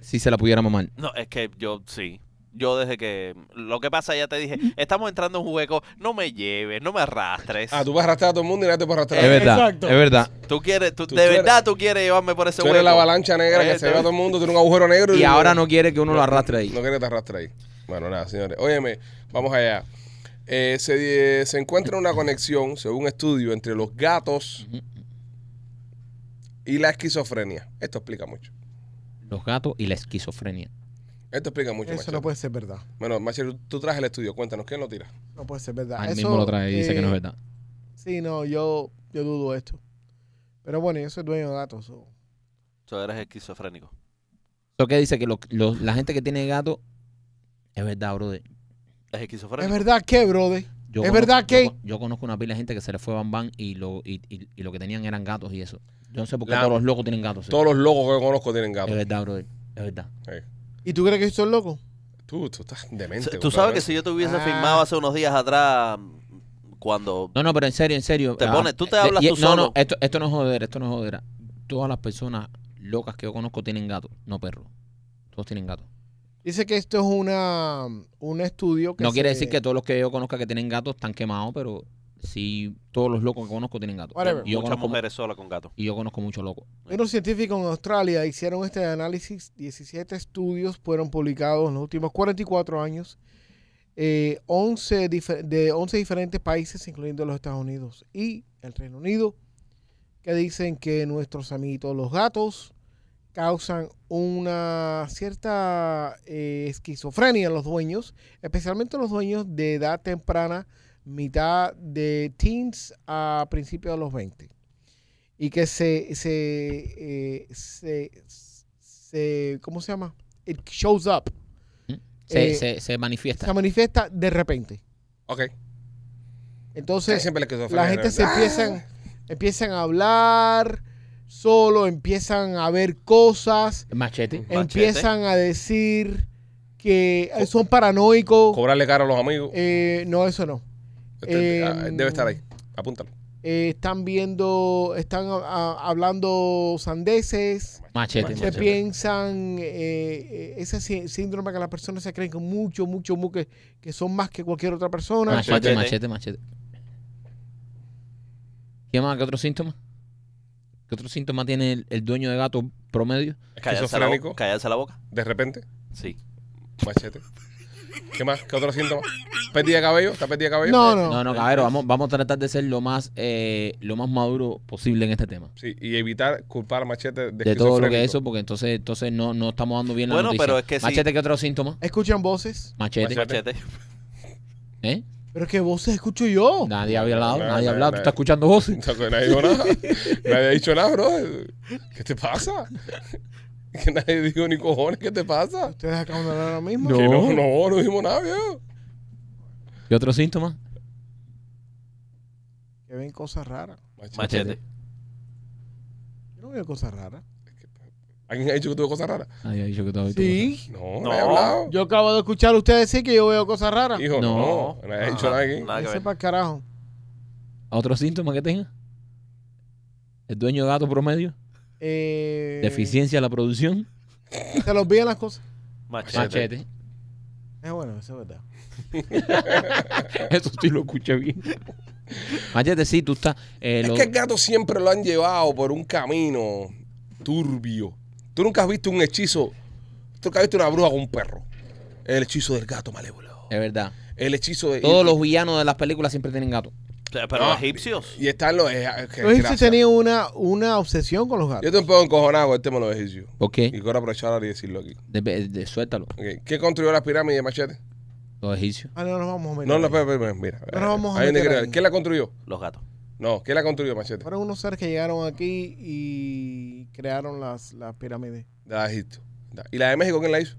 Speaker 3: si se la pudiera mamar.
Speaker 2: No, es que yo sí. Yo desde que... Lo que pasa, ya te dije, estamos entrando en un hueco, no me lleves, no me arrastres.
Speaker 1: Ah,
Speaker 2: tú,
Speaker 1: tú vas a arrastrar a todo el mundo y nadie te puede
Speaker 3: Es
Speaker 1: arrastrar.
Speaker 3: verdad,
Speaker 4: Exacto.
Speaker 3: es verdad.
Speaker 2: quieres, tú,
Speaker 1: Tú-
Speaker 2: de
Speaker 1: tú eres-
Speaker 2: verdad tú quieres llevarme por ese
Speaker 1: Tú
Speaker 2: hueco.
Speaker 1: eres la avalancha negra que
Speaker 2: Eh,
Speaker 1: se
Speaker 2: te-
Speaker 1: lleva a todo el mundo, tiene un agujero negro.
Speaker 3: Y ahora no quiere que uno lo arrastre ahí.
Speaker 1: No quiere que te arrastre ahí. Bueno, nada, señores. Óyeme, vamos allá. Eh, se, eh, se encuentra una conexión, según estudio, entre los gatos y la esquizofrenia. Esto explica mucho.
Speaker 3: Los gatos y la esquizofrenia.
Speaker 1: Esto explica mucho.
Speaker 4: Eso
Speaker 1: Machete.
Speaker 4: no puede ser verdad.
Speaker 1: Bueno, Machete, tú- tú traes el estudio. Cuéntanos, ¿quién lo tira?
Speaker 4: No puede ser verdad.
Speaker 3: Al
Speaker 4: Eso,
Speaker 3: mismo lo trae y dice que no es
Speaker 4: eh,
Speaker 3: verdad.
Speaker 4: Sí, no, yo, yo dudo esto. Pero bueno, yo soy dueño de gatos. so.
Speaker 2: Tú eres esquizofrénico.
Speaker 3: Eso que dice que lo- lo- la gente que tiene gato es verdad, brother.
Speaker 2: Es
Speaker 4: ¿Es
Speaker 2: esquizofrénico.
Speaker 4: verdad que, brother?
Speaker 3: Yo
Speaker 4: ¿Es
Speaker 3: conozco-
Speaker 4: verdad
Speaker 3: yo
Speaker 4: que-
Speaker 3: con- Yo, conozco una pila de gente que se le fue bambán y lo, y, y- y lo que tenían eran gatos y eso. Yo no sé por qué
Speaker 1: La-
Speaker 3: todos los locos tienen gatos. sí. Eh,
Speaker 1: Todos los locos que yo conozco tienen
Speaker 3: Es
Speaker 1: gatos.
Speaker 3: verdad, brother. Es verdad.
Speaker 1: Eh,
Speaker 4: ¿Y tú crees que yo soy loco?
Speaker 1: Tú, tú estás demente. ¿eh?
Speaker 2: Tú sabes
Speaker 1: completamente.
Speaker 2: que si yo te hubiese
Speaker 4: Ah.
Speaker 2: firmado hace unos días atrás, cuando
Speaker 3: No, no, pero en serio, en serio. ah, eh,
Speaker 2: Te pones- tú te hablas
Speaker 3: y-
Speaker 2: tú
Speaker 3: no,
Speaker 2: solo.
Speaker 3: No, esto, esto no es joder, esto no es joder. Todas las personas locas que yo conozco tienen gatos, no perros. Todos tienen gatos.
Speaker 4: Dice que esto es una un estudio que
Speaker 3: No
Speaker 4: se-
Speaker 3: quiere decir que todos los que yo conozca que tienen gatos están quemados, pero sí, todos los locos que conozco tienen gatos.
Speaker 4: Whatever.
Speaker 3: Y yo,
Speaker 2: muchas
Speaker 3: conozco,
Speaker 2: mujeres solas con gatos.
Speaker 3: y yo conozco muchos locos.
Speaker 4: Unos científicos en Australia hicieron este análisis. 17 estudios fueron publicados en los últimos 44 años. eh, 11 dife- de 11 diferentes países, incluyendo los Estados Unidos y el Reino Unido, que dicen que nuestros amiguitos, los gatos, causan una cierta eh, esquizofrenia en los dueños, especialmente en los dueños de edad temprana, mitad de teens a principios de los 20 y que se, se, eh, se, se- ¿cómo se llama? It shows up.
Speaker 3: Se,
Speaker 4: Eh,
Speaker 3: se, se manifiesta.
Speaker 4: Se manifiesta de repente.
Speaker 1: Ok. Sí,
Speaker 4: Entonces,
Speaker 1: siempre la esquizofrenia.
Speaker 4: la gente se
Speaker 1: ¿verdad?
Speaker 4: empiezan, empiezan a hablar solo, empiezan a ver cosas,
Speaker 3: Machete.
Speaker 2: Machete.
Speaker 4: empiezan a decir que eh, son paranoicos.
Speaker 1: Cobrarle caro a los amigos.
Speaker 4: Eh, no, eso no.
Speaker 1: Este,
Speaker 4: eh,
Speaker 1: ah, debe estar ahí. Apúntalo.
Speaker 4: Eh, están viendo, están ah, ah, hablando sandeces.
Speaker 3: Machete.
Speaker 4: se
Speaker 3: machete.
Speaker 4: piensan eh, eh, ese sí- síndrome que las personas se creen que mucho, mucho, mucho que, que son más que cualquier otra persona.
Speaker 3: Machete,
Speaker 2: Machete.
Speaker 3: Ah, machete, machete, ¿Qué más? ¿Qué otro síntoma? ¿Qué otro síntoma tiene el, el dueño de gato promedio?
Speaker 2: Callarse la,
Speaker 1: Esquizofrénico.
Speaker 2: boca, callarse la boca.
Speaker 1: De repente,
Speaker 2: Sí.
Speaker 1: machete. ¿Qué más? ¿Qué otro síntoma? ¿Pérdida de cabello? ¿Está pérdida de cabello? Pues,
Speaker 4: No, no.
Speaker 3: No, no, cabrero, vamos, vamos a tratar de ser lo más, eh, lo más maduro posible en este tema.
Speaker 1: Sí, y evitar culpar a machete de,
Speaker 3: De todo lo que
Speaker 1: esquizofrénico.
Speaker 3: es eso, porque entonces, entonces no, no estamos dando bien la
Speaker 2: Bueno,
Speaker 3: noticia.
Speaker 2: pero es que sí.
Speaker 3: Machete, ¿qué otro síntoma?
Speaker 4: Escuchan voces,
Speaker 3: Machete.
Speaker 2: Machete.
Speaker 3: ¿Eh?
Speaker 4: pero ¿qué voces escucho yo?
Speaker 3: Nadie ha hablado,
Speaker 1: No, no,
Speaker 3: nadie
Speaker 1: no,
Speaker 3: ha hablado.
Speaker 1: no.
Speaker 3: Tú estás escuchando voces.
Speaker 1: Entonces, nadie dijo nada. nadie ha dicho nada, bro. ¿Qué te pasa? Que nadie dijo ni cojones, ¿qué te pasa?
Speaker 4: Ustedes acaban de hablar ahora mismo.
Speaker 1: Que no, no, no dijimos nada, viejo.
Speaker 3: ¿Qué otro síntoma?
Speaker 4: Que ven cosas raras.
Speaker 2: Machete.
Speaker 4: Yo no veo cosas raras.
Speaker 1: ¿Alguien ha dicho que tuvo cosas raras?
Speaker 3: Nadie ha dicho que estaba
Speaker 4: Sí.
Speaker 1: No, no,
Speaker 2: No.
Speaker 1: he hablado.
Speaker 4: Yo acabo de escuchar a ustedes decir que yo veo cosas raras.
Speaker 1: Hijo, no.
Speaker 3: No.
Speaker 1: Nadie ha dicho nada aquí.
Speaker 2: Nada que
Speaker 4: Ese
Speaker 2: ver.
Speaker 4: para carajo.
Speaker 3: ¿Otro síntoma que tenga? ¿El dueño de gato promedio?
Speaker 4: Eh,
Speaker 3: ¿Deficiencia en la producción?
Speaker 4: Se los olvidan las cosas.
Speaker 2: Machete.
Speaker 3: Machete.
Speaker 4: Es bueno, eso es verdad.
Speaker 3: Eso sí lo escuché bien. Machete, sí, tú estás. eh,
Speaker 1: Es
Speaker 3: lo-
Speaker 1: que el gato siempre lo han llevado por un camino turbio. Tú nunca has visto un hechizo. Tú nunca has visto una bruja con un perro. El hechizo del gato malévolo.
Speaker 3: Es verdad.
Speaker 1: El hechizo de.
Speaker 3: Todos
Speaker 1: y-
Speaker 3: los villanos de las películas siempre tienen gato.
Speaker 2: Pero
Speaker 1: Ah,
Speaker 2: los egipcios.
Speaker 1: Y están los. eh, que-
Speaker 4: Los egipcios
Speaker 1: gracias.
Speaker 4: tenían una, una obsesión con los gatos.
Speaker 1: Yo te puedo encojonar con el tema de los egipcios.
Speaker 3: ¿Por
Speaker 1: Y
Speaker 3: qué?
Speaker 1: quiero aprovechar ahora y decirlo aquí.
Speaker 3: De- de- de- suéltalo.
Speaker 1: Ok, ¿Qué construyó las pirámides de Machete?
Speaker 3: Los egipcios.
Speaker 4: Ah, no nos vamos a meter.
Speaker 1: No, no,
Speaker 4: ahí.
Speaker 1: espera, espera, espera, mira.
Speaker 4: No nos vamos a
Speaker 1: Ahí donde
Speaker 4: meter
Speaker 1: quiero
Speaker 4: ahí.
Speaker 1: ir. ¿Quién la construyó?
Speaker 2: Los gatos.
Speaker 1: No, ¿quién la construyó, Machete?
Speaker 4: Fueron unos seres que llegaron aquí y crearon las, las pirámides.
Speaker 1: De Egipto. Da- ¿Y la de México quién la hizo?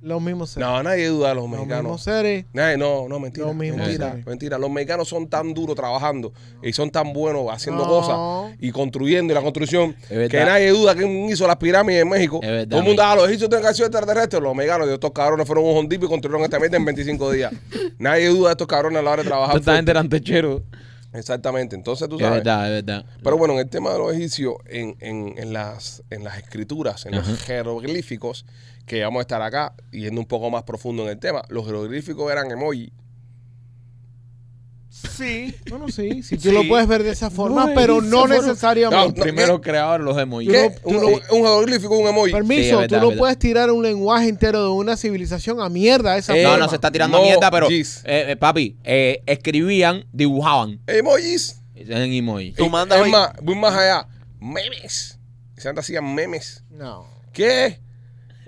Speaker 4: Los mismos seres.
Speaker 1: No, nadie duda de los
Speaker 4: los
Speaker 1: mexicanos.
Speaker 4: mismos seres.
Speaker 1: Nadie- no, no, mentira.
Speaker 4: Los mismos
Speaker 1: mentira,
Speaker 4: seres.
Speaker 1: mentira. Los mexicanos son tan duros trabajando y son tan buenos haciendo
Speaker 4: No.
Speaker 1: cosas y construyendo y la construcción
Speaker 3: verdad.
Speaker 1: que nadie duda quién hizo las pirámides en México.
Speaker 3: Es verdad,
Speaker 1: Todo el mundo,
Speaker 3: Mike.
Speaker 1: ah, los egipcios tienen que hacer extraterrestres. Los mexicanos, estos cabrones fueron un hondipo y construyeron esta mierda en 25 días. nadie duda de estos cabrones a la hora de trabajar.
Speaker 3: Esta
Speaker 1: fuerte.
Speaker 3: gente eran techeros.
Speaker 1: Exactamente. Entonces tú
Speaker 3: Es
Speaker 1: sabes.
Speaker 3: verdad, es verdad.
Speaker 1: Pero bueno, en el tema de los egipcios, en, en- en las, en las escrituras, en los jeroglíficos, que vamos a estar acá yendo un poco más profundo en el tema, los jeroglíficos eran emoji.
Speaker 2: Sí.
Speaker 4: Bueno, sí, si tú
Speaker 2: Sí.
Speaker 4: lo puedes ver de esa forma,
Speaker 3: No,
Speaker 4: pero
Speaker 3: de esa
Speaker 4: no
Speaker 3: forma.
Speaker 1: No,
Speaker 4: necesariamente.
Speaker 3: Los primeros creadores los eh, emojis.
Speaker 1: eh, ¿Qué?
Speaker 4: no-
Speaker 1: un, un jeroglífico es un emoji.
Speaker 3: Sí, es
Speaker 4: Permiso,
Speaker 3: verdad,
Speaker 4: tú no
Speaker 3: verdad.
Speaker 4: puedes tirar un lenguaje entero de una civilización a mierda. Esa
Speaker 1: Eh,
Speaker 3: No,
Speaker 4: forma.
Speaker 3: no se está tirando
Speaker 1: No,
Speaker 3: mierda, pero.
Speaker 1: jeez.
Speaker 3: eh, eh, papi, eh, escribían, dibujaban
Speaker 1: Emojis.
Speaker 3: en emoji.
Speaker 2: Tú
Speaker 1: Y-
Speaker 2: mandas
Speaker 1: es
Speaker 2: hoy-
Speaker 1: más, voy más allá. Memes. Se antes hacían memes.
Speaker 4: No.
Speaker 1: ¿Qué?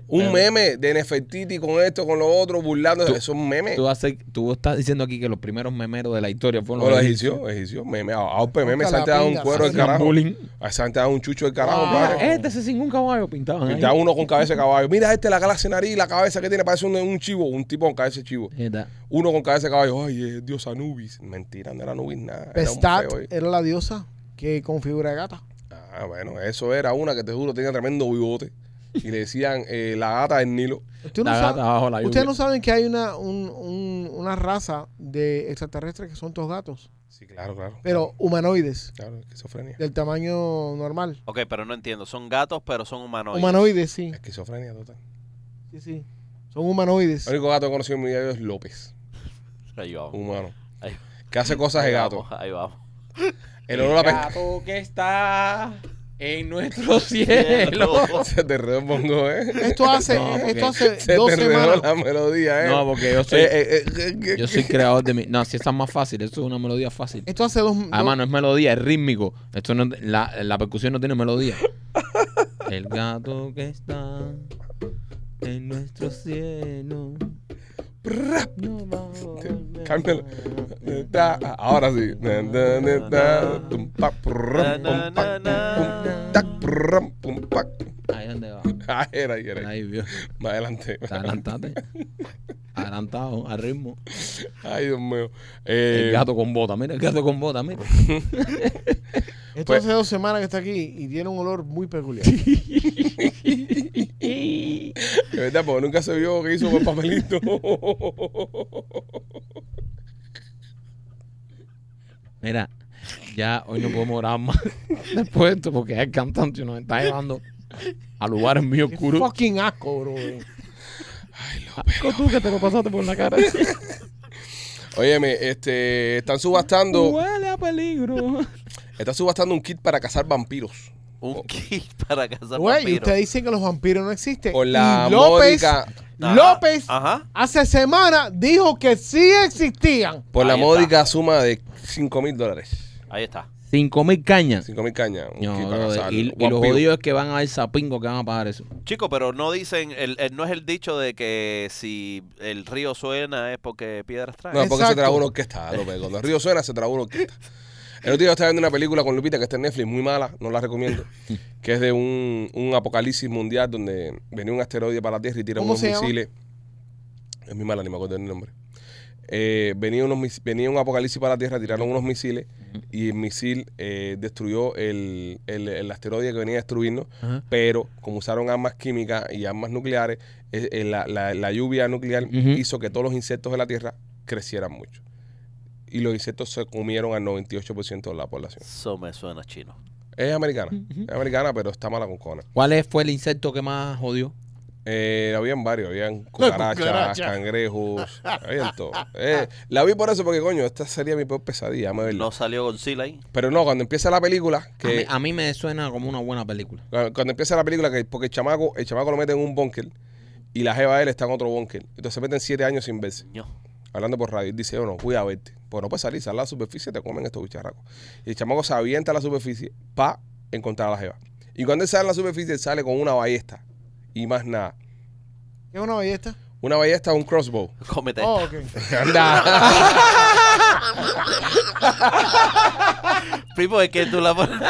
Speaker 1: Un meme de Nefertiti con esto, con lo otro, burlando. Eso es un meme.
Speaker 3: Em. Tú, haces- tú estás diciendo aquí que los primeros memeros de la historia fueron
Speaker 1: O los
Speaker 3: egipcios.
Speaker 1: egipcios, egipcios, meme. A a Ope, meme,
Speaker 4: Nunca
Speaker 1: se
Speaker 4: la
Speaker 1: te da un
Speaker 4: pingas,
Speaker 1: cuero del
Speaker 4: hacían
Speaker 1: carajo.
Speaker 3: bullying.
Speaker 1: Se te da un chucho del carajo,
Speaker 4: Wow.
Speaker 1: padre.
Speaker 3: Este se sin un caballo ¿eh? pintaban. ahí.
Speaker 1: Está uno con cabeza de caballo. Mira este, la clase nariz, la cabeza que tiene, parece un, un chivo, un tipo con cabeza de chivo.
Speaker 3: Es verdad.
Speaker 1: Uno con cabeza de caballo, ay, es dios Anubis. Mentira, no era Anubis nada. Era un
Speaker 4: Pestat
Speaker 1: feo, eh.
Speaker 4: era la diosa que configura gata.
Speaker 1: Ah, bueno, eso era una que te juro tenía tremendo bigote. Y le decían eh, la gata del Nilo.
Speaker 4: Usted no
Speaker 3: La
Speaker 4: sabe-
Speaker 3: gata bajo la lluvia.
Speaker 4: Ustedes no saben que hay una, un- un- una raza de extraterrestres que son todos gatos,
Speaker 1: Sí, claro, claro.
Speaker 4: pero humanoides,
Speaker 1: Claro, esquizofrenia.
Speaker 4: del tamaño normal.
Speaker 2: Ok, pero no entiendo. Son gatos, pero son humanoides.
Speaker 4: Humanoides, sí.
Speaker 1: Esquizofrenia total.
Speaker 4: sí, sí. Son humanoides.
Speaker 1: El único gato que he conocido en mi vida es López,
Speaker 2: Ahí vamos.
Speaker 1: humano.
Speaker 2: Ahí-
Speaker 1: Que hace cosas de
Speaker 2: ahí
Speaker 1: gato.
Speaker 2: vamos, Ahí vamos.
Speaker 1: El olor a pescado.
Speaker 3: gato que está en nuestro
Speaker 1: Se te redó el bongo, ¿eh?
Speaker 4: Esto hace,
Speaker 3: No, porque-
Speaker 4: esto hace
Speaker 1: Se
Speaker 4: dos
Speaker 1: te redó
Speaker 4: semanas.
Speaker 1: la melodía, ¿eh?
Speaker 3: No, porque yo soy,
Speaker 1: Eh, eh, eh, eh,
Speaker 3: yo soy creador de mi. No, si esa es más fácil, eso es una melodía fácil.
Speaker 4: Esto hace dos.
Speaker 3: Además,
Speaker 4: dos-
Speaker 3: no es melodía, es rítmico. Esto no, la, la percusión no tiene melodía. El gato que está en nuestro cielo. No va a volver.
Speaker 1: Cámbialo. Ta- Ahora sí. Na, na, na, na, tum, pa,
Speaker 2: Na,
Speaker 1: prrram, pum,
Speaker 2: na, na,
Speaker 1: pac,
Speaker 2: na.
Speaker 1: pum, tac, prrram, pum, pac.
Speaker 3: Ahí donde va.
Speaker 1: Ah, era, ahí, era. ahí.
Speaker 3: Ahí vio.
Speaker 1: Más adelante.
Speaker 3: Te adelantaste. Adelantado, al ritmo.
Speaker 1: Ay, Dios mío. Eh,
Speaker 3: El gato con bota, mira, el gato con bota, mira.
Speaker 4: esto
Speaker 1: pues-
Speaker 4: hace dos semanas que está aquí y tiene un olor muy peculiar.
Speaker 1: De verdad, porque nunca se vio que hizo con el papelito.
Speaker 3: Mira, ya hoy no podemos orar más después de esto porque el cantante nos está llevando a lugares muy
Speaker 4: Qué
Speaker 3: oscuros.
Speaker 4: fucking asco, bro.
Speaker 3: Asco tú que te lo pasaste por la cara.
Speaker 1: Óyeme, este, están subastando,
Speaker 3: Huele a peligro.
Speaker 1: están subastando un kit para cazar vampiros.
Speaker 2: Un kit para cazar
Speaker 4: Güey, y
Speaker 2: vampiros.
Speaker 4: ustedes dicen que los vampiros no
Speaker 3: Eh,
Speaker 4: existen.
Speaker 1: Por la
Speaker 4: y López,
Speaker 1: módica- Ah,
Speaker 2: Ajá,
Speaker 4: López
Speaker 2: Ajá.
Speaker 4: hace semanas dijo que sí existían.
Speaker 1: Por la
Speaker 2: Ahí está.
Speaker 1: módica suma de 5 mil dólares.
Speaker 2: Ahí está.
Speaker 3: Cinco mil cañas.
Speaker 1: 5 mil cañas. Un
Speaker 3: No,
Speaker 1: kit para
Speaker 3: brother,
Speaker 1: cazar
Speaker 3: y, y lo
Speaker 1: vampiros.
Speaker 3: jodido es que van a haber sapingos que van a pagar eso.
Speaker 2: Chico, pero no dicen, el, el- no es el dicho de que si el río suena es porque piedras trae.
Speaker 1: No, porque se
Speaker 4: Exacto.
Speaker 1: trajo una orquesta, López. Cuando el río suena, se trajo una orquesta. El otro día estaba viendo una película con Lupita que está en Netflix, muy mala, no la recomiendo, que es de un, un apocalipsis mundial donde venía un asteroide para la Tierra y tira
Speaker 4: ¿Cómo
Speaker 1: unos
Speaker 4: se llama?
Speaker 1: misiles. Es muy mala, ni me acuerdo el nombre. Eh, venía, unos, mis- venía un apocalipsis para la Tierra, tiraron unos misiles y el misil eh, destruyó el, el- el asteroide que venía a destruirnos,
Speaker 3: Ajá.
Speaker 1: pero como usaron armas químicas y armas nucleares, eh, eh, la, la- la lluvia nuclear
Speaker 3: Ujú.
Speaker 1: hizo que todos los insectos de la Tierra crecieran mucho. Y los insectos se comieron al 98% de la población.
Speaker 2: Eso me suena chino.
Speaker 1: Es americana, es americana, pero está mala con cona.
Speaker 3: ¿Cuál es- fue el insecto que más jodió?
Speaker 1: Eh, habían varios, habían cucarachas,
Speaker 4: cucaracha.
Speaker 1: cangrejos, habían todo. Eh, la vi por eso, porque coño, esta sería mi peor pesadilla, me verlo.
Speaker 2: No salió Godzilla ahí.
Speaker 1: Pero no, cuando empieza la película,
Speaker 3: A mí,
Speaker 1: que
Speaker 3: a mí me suena como una buena película.
Speaker 1: cuando cuando empieza la película, que porque el chamaco, el chamaco lo mete en un bunker y la jeva de él está en otro bunker. Entonces se meten siete años sin verse.
Speaker 2: Ño.
Speaker 1: hablando por radio, y dice, no, fui a verte. Pues no puedes salir, sal a la superficie, te comen estos bicharracos. Y el chamaco se avienta a la superficie para encontrar a la jeva. Y cuando él sale a la superficie, él sale con una ballesta. Y más nada.
Speaker 4: ¿Qué es una ballesta?
Speaker 1: Una ballesta, un crossbow.
Speaker 2: Cómete.
Speaker 4: Oh, ok.
Speaker 1: Anda.
Speaker 2: Primo, es que tú la pones.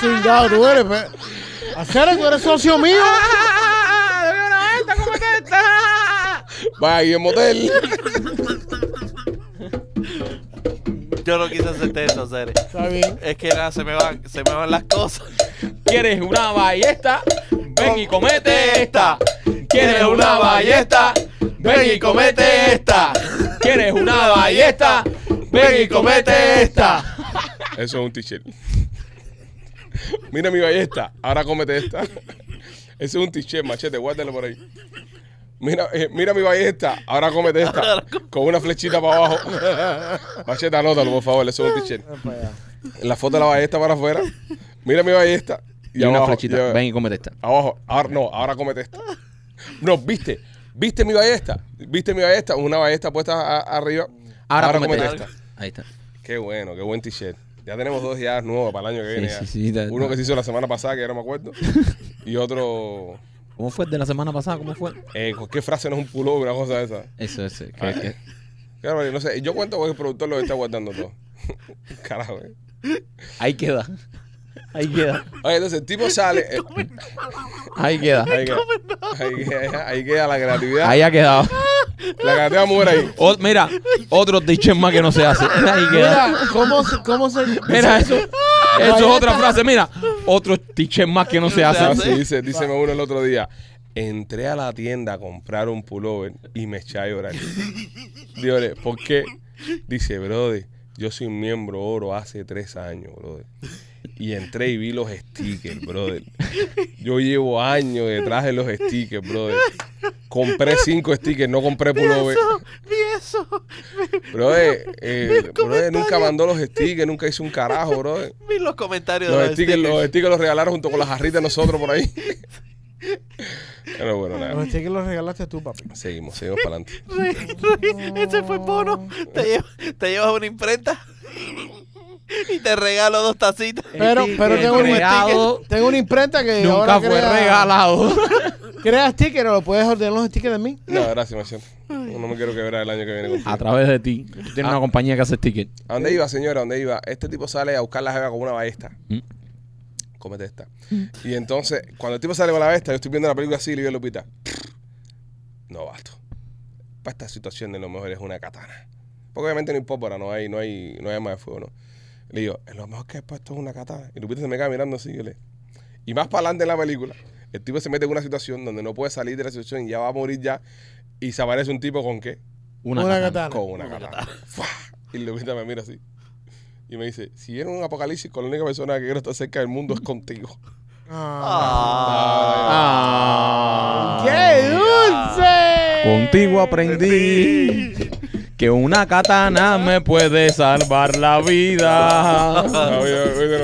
Speaker 4: Chingado, tú eres. pe- Acero, tú eres socio mío.
Speaker 1: Va y el motel.
Speaker 2: Yo no quise hacerte eso, Cere.
Speaker 4: Está bien.
Speaker 2: Es que nada, se me van, se me van las cosas.
Speaker 3: ¿Quieres una ballesta? Ven y comete esta.
Speaker 2: ¿Quieres una ballesta? Ven y comete esta.
Speaker 3: ¿Quieres una ballesta?
Speaker 2: Ven y comete esta.
Speaker 1: Eso es un t-shirt. Mira mi ballesta, ahora cómete esta. Eso es un t-shirt, machete, guárdalo por ahí. Mira, eh, mira mi ballesta, ahora cómete esta. Con una flechita para abajo. Machete, anótalo, por favor, eso es un t-shirt.
Speaker 4: Ven para allá.
Speaker 1: La foto de la ballesta para afuera. Mira mi ballesta.
Speaker 3: Y una
Speaker 1: abajo,
Speaker 3: flechita.
Speaker 1: ya-
Speaker 3: Ven y comete esta.
Speaker 1: Abajo. Ahora, no, ahora cómete esta. No, viste. ¿Viste mi ballesta? ¿Viste mi ballesta? Una ballesta puesta a- arriba.
Speaker 3: Ahora,
Speaker 1: cómete
Speaker 3: comete
Speaker 1: esta.
Speaker 3: esta. Ahí está.
Speaker 1: Qué bueno, qué buen t-shirt. Ya tenemos dos ya nuevos para el año que
Speaker 3: Sí,
Speaker 1: viene.
Speaker 3: sí,
Speaker 1: ya.
Speaker 3: sí, da-
Speaker 1: Uno
Speaker 3: da.
Speaker 1: que se hizo la semana pasada, que ya no me acuerdo. Y otro.
Speaker 3: ¿Cómo fue el de la semana pasada? ¿Cómo fue?
Speaker 1: Eh, ¿Qué frase no es un pullover, una cosa de esa?
Speaker 3: Eso, eso. que-
Speaker 1: Ah.
Speaker 3: que-
Speaker 1: Claro, no sé. Yo cuento que el productor lo está guardando todo. Carajo, eh.
Speaker 3: Ahí queda. Ahí queda.
Speaker 1: Oye, entonces el tipo sale. eh,
Speaker 3: Ahí queda.
Speaker 1: ahí, queda, ahí, queda, ahí queda la creatividad.
Speaker 3: Ahí ha quedado.
Speaker 1: La creatividad muere ahí.
Speaker 3: O- mira, otro dicho más que no se hace. Ahí queda.
Speaker 4: Mira, ¿cómo se.? Cómo se
Speaker 3: Mira, eso, eso es otra frase. Mira, otro tiche más que no se
Speaker 1: Ah,
Speaker 3: hace.
Speaker 1: sí, dice, dice uno el otro día. Entré a la tienda a comprar un pullover y me eché a llorar. Dígale, ¿por qué? Dice, brother, yo soy miembro oro hace tres años, brother. Y entré y vi los stickers, brother. Yo llevo años detrás de los stickers, brother. Compré cinco stickers, no compré pullover.
Speaker 2: vi eso.
Speaker 1: Brother, eh,
Speaker 2: Mira el
Speaker 1: brother nunca
Speaker 2: comentario.
Speaker 1: mandó los stickers, nunca hizo un carajo, brother.
Speaker 2: Vi los comentarios
Speaker 1: Los
Speaker 2: de los
Speaker 1: stickers, los
Speaker 2: stickers.
Speaker 1: stickers los regalaron junto con las jarritas de nosotros por ahí. Pero bueno, nada.
Speaker 4: Los cheques los regalaste tú, papi.
Speaker 1: Seguimos, seguimos para adelante.
Speaker 2: Ese fue Bono. Te, llevas- te llevas una imprenta y te regalo dos tacitas.
Speaker 4: Pero, pero
Speaker 3: ticket
Speaker 4: tengo, un
Speaker 3: creado
Speaker 4: sticker, tengo una imprenta que ahora
Speaker 3: Nunca fue
Speaker 4: crea-
Speaker 3: regalado.
Speaker 4: Crea sticker o lo puedes ordenar los stickers de mí.
Speaker 1: No, gracias, Machete. No, no me quiero quebrar el año que viene
Speaker 3: A
Speaker 1: contigo.
Speaker 3: través de ti. Tú tienes una compañía que hace ticket.
Speaker 1: ¿A dónde iba, señora? ¿A dónde iba? Este tipo sale a buscar la jeva con una ballesta.
Speaker 3: Mm.
Speaker 1: Cómete esta. Y entonces, cuando el tipo sale con la ballesta, yo estoy viendo la película así y le digo a Lupita, no basto. Para esta situación de lo mejor es una katana. Porque obviamente no impópora, no hay, no hay, no hay arma de fuego, ¿no? Le digo, lo mejor que he puesto es una katana. Y Lupita se me queda mirando así, yo le. Y más para adelante en la película, el tipo se mete en una situación donde no puede salir de la situación y ya va a morir ya. Y se aparece un tipo con qué?
Speaker 3: Una,
Speaker 4: Una
Speaker 3: katana.
Speaker 4: katana.
Speaker 1: Con una katana. ¡Fua! Y Lupita me mira así. Y me dice, si viene un apocalipsis con la única persona que quiero estar cerca del mundo es contigo. Ah.
Speaker 3: Ah.
Speaker 4: Ah. ¡Qué dulce!
Speaker 3: Contigo aprendí que una katana me puede salvar la vida.
Speaker 1: No, yo- yo- yo Ah, no, no,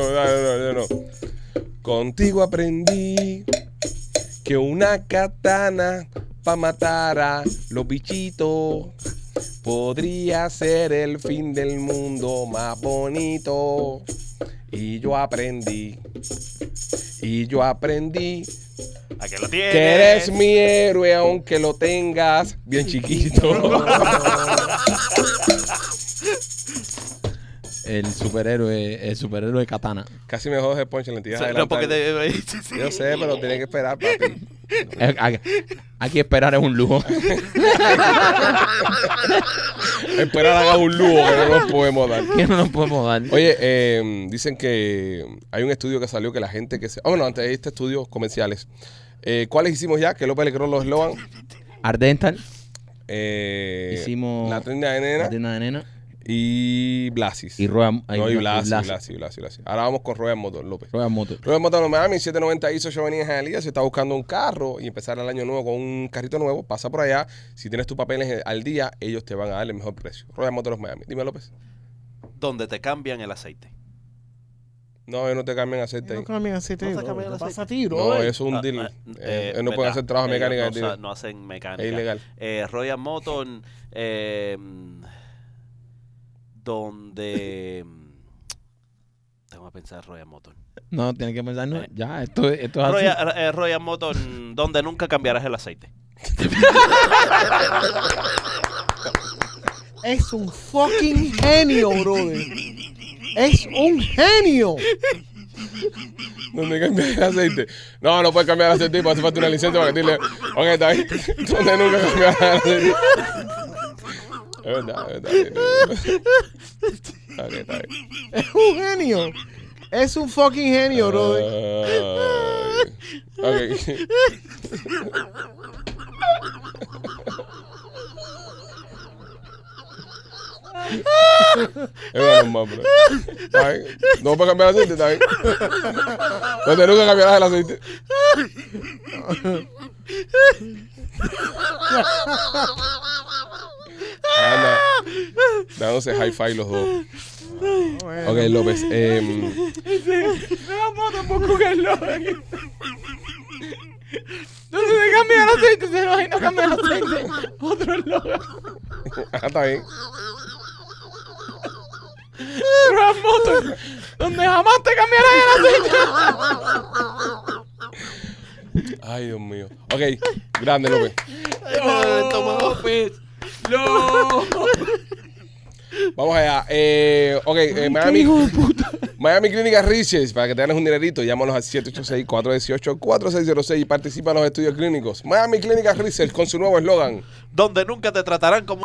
Speaker 1: no, yo no. Contigo aprendí que una katana para matar a los bichitos podría ser el fin del mundo más bonito. Y yo aprendí, y yo aprendí
Speaker 2: ¿A Ah, que lo tienes?
Speaker 1: que eres mi héroe aunque lo tengas bien chiquito.
Speaker 3: El superhéroe, el superhéroe katana.
Speaker 1: Casi me jodes, Poncho, en la entidad
Speaker 2: No, porque te...
Speaker 1: Yo sé, pero tenía que esperar, papi.
Speaker 3: Eh, Aquí, aquí esperar es un lujo.
Speaker 1: Esperar haga un lujo que no nos podemos dar.
Speaker 3: Que no nos podemos dar.
Speaker 1: Oye, eh, dicen que hay un estudio que salió que la gente que se. Ah, bueno, antes de este estudio comerciales. Eh, ¿Cuáles hicimos ya? Que López le creó los eslogan.
Speaker 3: Ardental.
Speaker 1: Eh,
Speaker 3: Hicimos
Speaker 1: La tienda de nena.
Speaker 3: Ardental de nena.
Speaker 1: y Blasis.
Speaker 3: Y Royal
Speaker 1: no, y Blasi, Blasi, Blasi, Blasi. Ahora vamos con Royal Motor López.
Speaker 3: Royal Motor.
Speaker 1: Robert Motano Miami, 790 ISO, yo venía en Jalía. Si estás buscando un carro y empezar el año nuevo con un carrito nuevo, pasa por allá. Si tienes tus papeles al día, ellos te van a dar el mejor precio. Robert Motors Miami. Dime, López.
Speaker 2: Donde te cambian el aceite.
Speaker 1: No, ellos no te cambian aceite.
Speaker 4: No
Speaker 1: ahí.
Speaker 4: cambian aceite.
Speaker 2: No te
Speaker 4: bro.
Speaker 2: cambian
Speaker 4: ¿Qué
Speaker 2: el
Speaker 4: pasa a
Speaker 2: aceite.
Speaker 4: ti, bro?
Speaker 1: No, eso es un
Speaker 2: Ah,
Speaker 1: deal.
Speaker 2: ah, eh,
Speaker 1: ellos no
Speaker 2: ¿verdad?
Speaker 1: pueden hacer trabajo
Speaker 2: Ellos
Speaker 1: mecánico.
Speaker 2: No, sa-
Speaker 1: dealer.
Speaker 2: no hacen mecánica.
Speaker 1: es ilegal.
Speaker 2: Eh, Royal Motor, eh, donde... mm, Tengo que pensar Royal Motor.
Speaker 3: No, tienes que pensar,
Speaker 4: Eh.
Speaker 3: no, ya, esto, esto
Speaker 1: Ah,
Speaker 3: es así.
Speaker 2: Royal, eh, Royal Motor, donde nunca cambiarás el aceite.
Speaker 4: Es un fucking genio, brother. Es un genio.
Speaker 1: ¿Dónde cambias el aceite? No, no puedes cambiar el aceite. Hace falta una licencia para que te le. Ok, está ahí. ¿Dónde nunca cambias el aceite? Es verdad, es verdad. Ok, está bien.
Speaker 4: Es un genio. Es un fucking genio, brother.
Speaker 1: Ay. Ok. Es normal, bro. Está bien. No puedes cambiar el aceite, está bien. Donde nunca cambiarás el aceite. Anda. Dándose high five los dos. Ok, López. em,
Speaker 3: ¿Dónde te cambia el aceite? Se nos no cambia el aceite. Otro logo.
Speaker 1: ah, está bien.
Speaker 3: Royal Motor. Donde jamás te cambiarás el aceite.
Speaker 1: Ay, Dios mío. Ok, grande, López. Oh,
Speaker 3: López. López.
Speaker 1: Vamos allá. Eh, ok, eh, Miami. Miami Clínica Riches, para que te ganes un dinerito, llámanos al 786-418-4606 y participa en los estudios clínicos. Miami Clínica Riches con su nuevo eslogan.
Speaker 2: Donde nunca te tratarán como...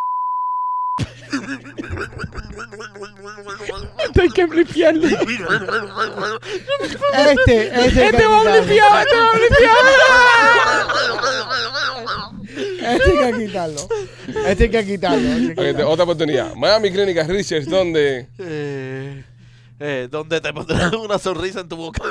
Speaker 3: Esto hay que limpiarlo.
Speaker 4: Este, este. hay que
Speaker 3: Este va a
Speaker 4: quitarlo.
Speaker 3: limpiar, este va a limpiar.
Speaker 4: Este hay que quitarlo. Este hay que quitarlo. este hay
Speaker 1: Ok,
Speaker 4: que
Speaker 1: te-
Speaker 4: quitarlo.
Speaker 1: otra oportunidad. Miami Clínica Riches, donde.
Speaker 2: Eh, eh, donde te pondrán una sonrisa en tu boca.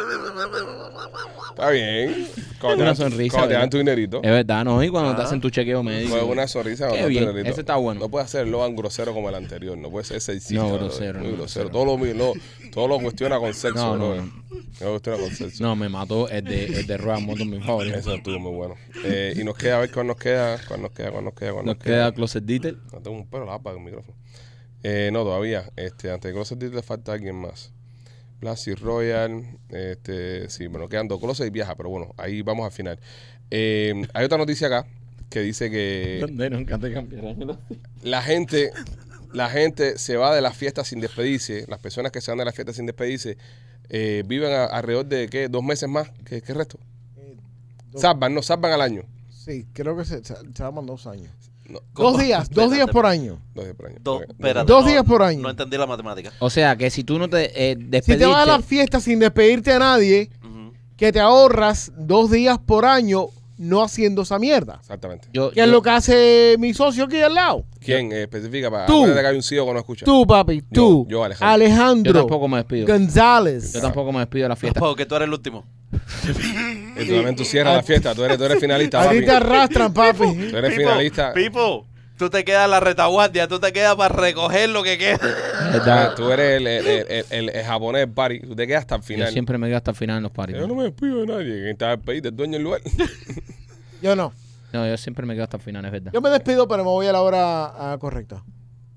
Speaker 1: Está bien. Cuando te
Speaker 3: Una
Speaker 1: dan-
Speaker 3: sonrisa,
Speaker 1: Cuando te dan
Speaker 3: ¿verdad?
Speaker 1: tu dinerito.
Speaker 3: Es verdad, no, y cuando te hacen tu chequeo médico.
Speaker 1: Con Ah. una sonrisa.
Speaker 3: Qué
Speaker 1: con tu
Speaker 3: bien,
Speaker 1: dinerito.
Speaker 3: ese está bueno.
Speaker 1: No puede ser el eslogan grosero como el anterior. No puede ser ese
Speaker 3: No, grosero,
Speaker 1: Muy grosero.
Speaker 3: no, grosero.
Speaker 1: Todo lo, lo- todo lo cuestiona con sexo.
Speaker 3: No, no,
Speaker 1: bro.
Speaker 3: no.
Speaker 1: Todo lo cuestiona con sexo.
Speaker 3: No, me mató el de, el de Royal Motor, mi favorito.
Speaker 1: Eso estuvo muy bueno. Eh, y nos queda, a ver cuál nos queda, cuál nos queda, cuál nos queda, cuál
Speaker 3: Nos queda Closet Detail.
Speaker 1: No tengo un pelo la papa con el micrófono. Eh, no, todavía. Este, antes de Closet Detail le falta alguien más. Blasi Royal. Este, sí, bueno, quedan dos Closet y viaja, pero bueno, ahí vamos al final. Eh, hay otra noticia acá que dice que
Speaker 3: Donde nunca te cambiarás el aceite.
Speaker 1: la gente, la gente se va de las fiestas sin despedirse. Las personas que se van de las fiestas sin despedirse eh, viven a- alrededor de ¿qué? dos meses más que el resto.
Speaker 4: dos-
Speaker 1: Salvan, no, salvan al año.
Speaker 4: Sí, creo que se, se, se llaman dos años.
Speaker 1: No,
Speaker 4: Dos días, dos días
Speaker 2: Espérate.
Speaker 4: por año.
Speaker 1: dos días por año.
Speaker 2: Do-
Speaker 1: Ok, dos
Speaker 2: espérate,
Speaker 4: Dos días por año.
Speaker 2: No entendí la matemática.
Speaker 3: O sea, que si tú no te eh, despediste...
Speaker 4: Si te vas a la fiesta sin despedirte a nadie,
Speaker 2: Ujú.
Speaker 4: que te ahorras dos días por año no haciendo esa mierda.
Speaker 1: Exactamente.
Speaker 3: Yo-
Speaker 4: ¿Qué es
Speaker 3: yo-
Speaker 4: lo que hace mi socio aquí al lado?
Speaker 1: ¿Quién eh, especifica para
Speaker 4: Tú.
Speaker 1: acuérdate que hay un CEO que no escucha?
Speaker 4: Tú, papi, tú.
Speaker 1: yo, Alejandro.
Speaker 3: Yo
Speaker 4: Alejandro
Speaker 3: tampoco me despido.
Speaker 4: González.
Speaker 3: Yo tampoco me despido de la fiesta.
Speaker 2: Porque tú eres el último.
Speaker 1: Y tú también tú cierras la fiesta, tú eres, tú eres finalista,
Speaker 4: A ti
Speaker 1: papi.
Speaker 4: te arrastran, papi.
Speaker 1: Tú eres finalista.
Speaker 2: Pipo, tú te quedas en la retaguardia, tú te quedas para recoger lo que queda.
Speaker 3: Es
Speaker 1: Tú eres-
Speaker 3: verdad.
Speaker 1: Tú eres el, el, el, el- el japonés party, tú te quedas hasta el
Speaker 3: Yo
Speaker 1: final.
Speaker 3: siempre me quedo hasta el final en los parties.
Speaker 1: Yo no
Speaker 3: No,
Speaker 1: me despido de nadie, que está despedido, el dueño del lugar.
Speaker 4: Yo no.
Speaker 3: yo siempre me quedo hasta el final, es verdad.
Speaker 4: Yo me despido, pero me voy a la hora ah, correcta.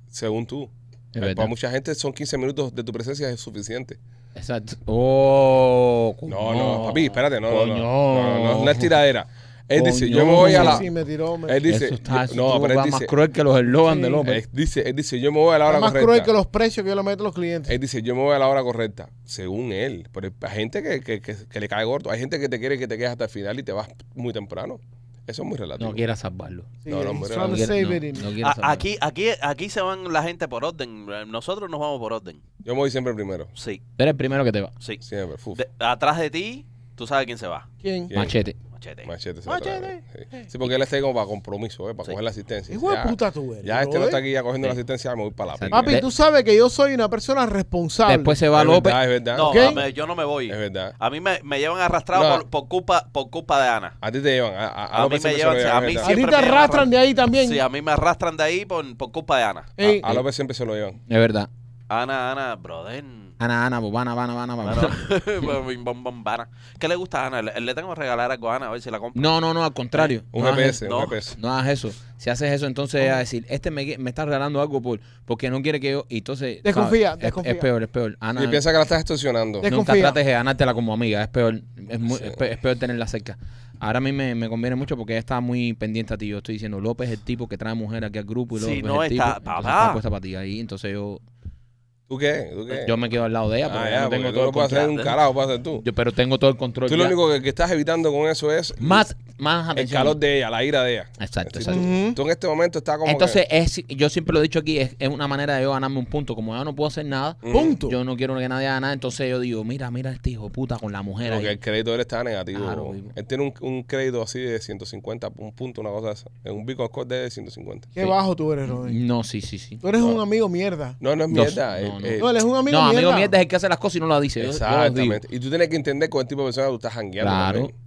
Speaker 1: Según tú.
Speaker 3: Es
Speaker 1: Para
Speaker 3: verdad.
Speaker 1: mucha gente son 15 minutos de tu presencia es suficiente.
Speaker 3: Exacto. Oh,
Speaker 1: No,
Speaker 3: coño.
Speaker 1: no, papi, espérate, no, no, no,
Speaker 3: Coño.
Speaker 1: no, no, no, no es tiradera. Él dice, yo me voy a la...
Speaker 4: Sí, me tiró. me-
Speaker 1: Él dice,
Speaker 3: Eso está eso
Speaker 1: no,
Speaker 3: estuvo
Speaker 1: pero él
Speaker 3: más
Speaker 1: dice,
Speaker 3: cruel que los eslogan de López.
Speaker 1: él dice, él dice, yo me voy a la hora
Speaker 4: Está más
Speaker 1: correcta.
Speaker 4: cruel que los precios que yo le meto a los clientes.
Speaker 1: Él dice, yo me voy a la hora correcta, según él. Pero hay gente que, que- que- que le cae gordo. Hay gente que te quiere que te quedes hasta el final y te vas muy temprano. Eso es muy relativo.
Speaker 3: No quiera salvarlo.
Speaker 4: Sí,
Speaker 1: Eh, no, no,
Speaker 4: he's
Speaker 1: hombre,
Speaker 4: trying
Speaker 1: no
Speaker 4: to
Speaker 3: quiera-
Speaker 4: save
Speaker 3: no,
Speaker 4: it in-
Speaker 3: no quiera
Speaker 2: A-
Speaker 3: salvarlo.
Speaker 2: aquí, aquí, aquí se van la gente por orden. Nosotros nos vamos por orden.
Speaker 1: Yo me voy siempre primero.
Speaker 2: Sí,
Speaker 3: Tú eres el primero que te va.
Speaker 2: sí.
Speaker 1: Siempre. fuf.
Speaker 2: De- atrás de ti, tú sabes quién se va.
Speaker 4: ¿Quién?
Speaker 1: Bien.
Speaker 3: Machete.
Speaker 2: Machete.
Speaker 1: Machete. se
Speaker 4: Machete.
Speaker 1: atrae, ¿eh? Sí. Sí, porque él está ahí como para compromiso, ¿eh? para
Speaker 2: Sí.
Speaker 1: coger la asistencia.
Speaker 4: Hijo de
Speaker 1: Ya-
Speaker 4: puta tú eres.
Speaker 1: Ya este no
Speaker 4: brother.
Speaker 1: está aquí Eh. ya cogiendo
Speaker 3: Sí.
Speaker 1: la asistencia, me voy para la
Speaker 3: Exacto.
Speaker 1: pinga.
Speaker 4: Papi, tú sabes que yo soy una persona responsable.
Speaker 3: Después se va
Speaker 1: Es
Speaker 3: López.
Speaker 1: verdad, es verdad.
Speaker 2: No,
Speaker 4: ¿Ok?
Speaker 2: a mí- yo no me voy.
Speaker 1: Es verdad.
Speaker 2: A mí me, me llevan arrastrado
Speaker 1: No.
Speaker 2: por, por culpa, por culpa de Ana.
Speaker 1: A ti te llevan. A, a- a
Speaker 2: A
Speaker 1: López
Speaker 2: mí me
Speaker 1: siempre se lo
Speaker 2: llevan,
Speaker 1: llevan.
Speaker 2: a mí
Speaker 1: es
Speaker 4: a
Speaker 1: verdad.
Speaker 4: ti
Speaker 2: siempre
Speaker 4: te
Speaker 2: me
Speaker 4: arrastran
Speaker 2: agarran.
Speaker 4: de ahí también.
Speaker 2: Sí, a mí me arrastran de ahí por, por culpa de Ana.
Speaker 4: Ey,
Speaker 1: A, a López siempre se lo llevan.
Speaker 3: Es verdad.
Speaker 2: Ana, Ana, brother. Pues,
Speaker 3: Ana, Ana, Bobana, Bana, Bana, Bana.
Speaker 2: Bim, bom, bom, bana. ¿Qué le gusta a Ana? Le, le tengo que regalar algo a Ana, a ver si la compra.
Speaker 3: No, no, no, al contrario.
Speaker 1: Un
Speaker 3: no hagas
Speaker 1: GPS,
Speaker 2: no.
Speaker 1: un GPS.
Speaker 3: eso. No hagas eso. Si haces eso, entonces ella va a decir, este me, qui- me está regalando algo por, porque no quiere que yo. Y entonces.
Speaker 4: Desconfía,
Speaker 3: ¿sabes? Es-
Speaker 4: desconfía.
Speaker 3: Es, peor, es peor. Ana,
Speaker 1: Y piensa que la estás extorsionando.
Speaker 4: De-
Speaker 3: nunca
Speaker 4: Desconfía.
Speaker 3: trates de ganártela como amiga. Es peor. Es, muy-
Speaker 1: Sí.
Speaker 3: es pe- es peor tenerla cerca. Ahora a mí me, me conviene mucho porque ella está muy pendiente a ti. Yo estoy diciendo, López es el tipo que trae mujer aquí al grupo. Y
Speaker 2: Sí,
Speaker 3: López es
Speaker 2: no
Speaker 3: el
Speaker 2: está-
Speaker 3: tipo. Entonces
Speaker 2: papá.
Speaker 3: está puesta para ti ahí. Entonces yo,
Speaker 1: ¿Tú qué? ¿Tú qué?
Speaker 3: yo me quedo al lado de ella porque
Speaker 1: Ah,
Speaker 3: yo
Speaker 1: ya,
Speaker 3: no tengo
Speaker 1: porque
Speaker 3: todo
Speaker 1: tú
Speaker 3: el
Speaker 1: no puedes hacer
Speaker 3: control.
Speaker 1: un carajo, puedes hacer tú.
Speaker 3: Yo- pero tengo todo el control.
Speaker 1: Tú lo
Speaker 3: ya.
Speaker 1: único que, que estás evitando con eso es
Speaker 3: más, más
Speaker 1: el
Speaker 3: atención.
Speaker 1: calor de ella, la ira de ella.
Speaker 3: Exacto,
Speaker 1: Sí,
Speaker 3: exacto.
Speaker 1: Tú,
Speaker 4: Ujú.
Speaker 1: tú en este momento estás como. que-
Speaker 3: Entonces, es, yo siempre lo he dicho aquí, es, es una manera de yo ganarme un punto. Como yo no puedo hacer nada,
Speaker 1: Ujú.
Speaker 4: Punto.
Speaker 3: yo no quiero que nadie haga nada, entonces yo digo, mira, mira este hijo de puta con la mujer
Speaker 1: Porque
Speaker 3: ahí.
Speaker 1: el crédito de él está negativo.
Speaker 3: Claro, mismo.
Speaker 1: él tiene un, un crédito así de 150, un punto, una cosa de esa. En un Bitcoin Score de 150.
Speaker 4: Qué
Speaker 3: Sí.
Speaker 4: bajo tú eres, Rodri.
Speaker 3: No, sí, sí, sí.
Speaker 4: Tú eres
Speaker 1: No.
Speaker 4: un amigo mierda.
Speaker 1: No, no es
Speaker 3: No,
Speaker 1: mierda.
Speaker 3: no,
Speaker 1: eh, eh,
Speaker 3: no.
Speaker 4: No, él es un amigo
Speaker 3: no,
Speaker 4: mierda.
Speaker 3: amigo mierda es el que hace las cosas y no las dice. Yo- yo las digo.
Speaker 1: Exactamente. Y tú tienes que entender con el tipo de persona que tú estás jangueando.
Speaker 3: Claro.
Speaker 1: también.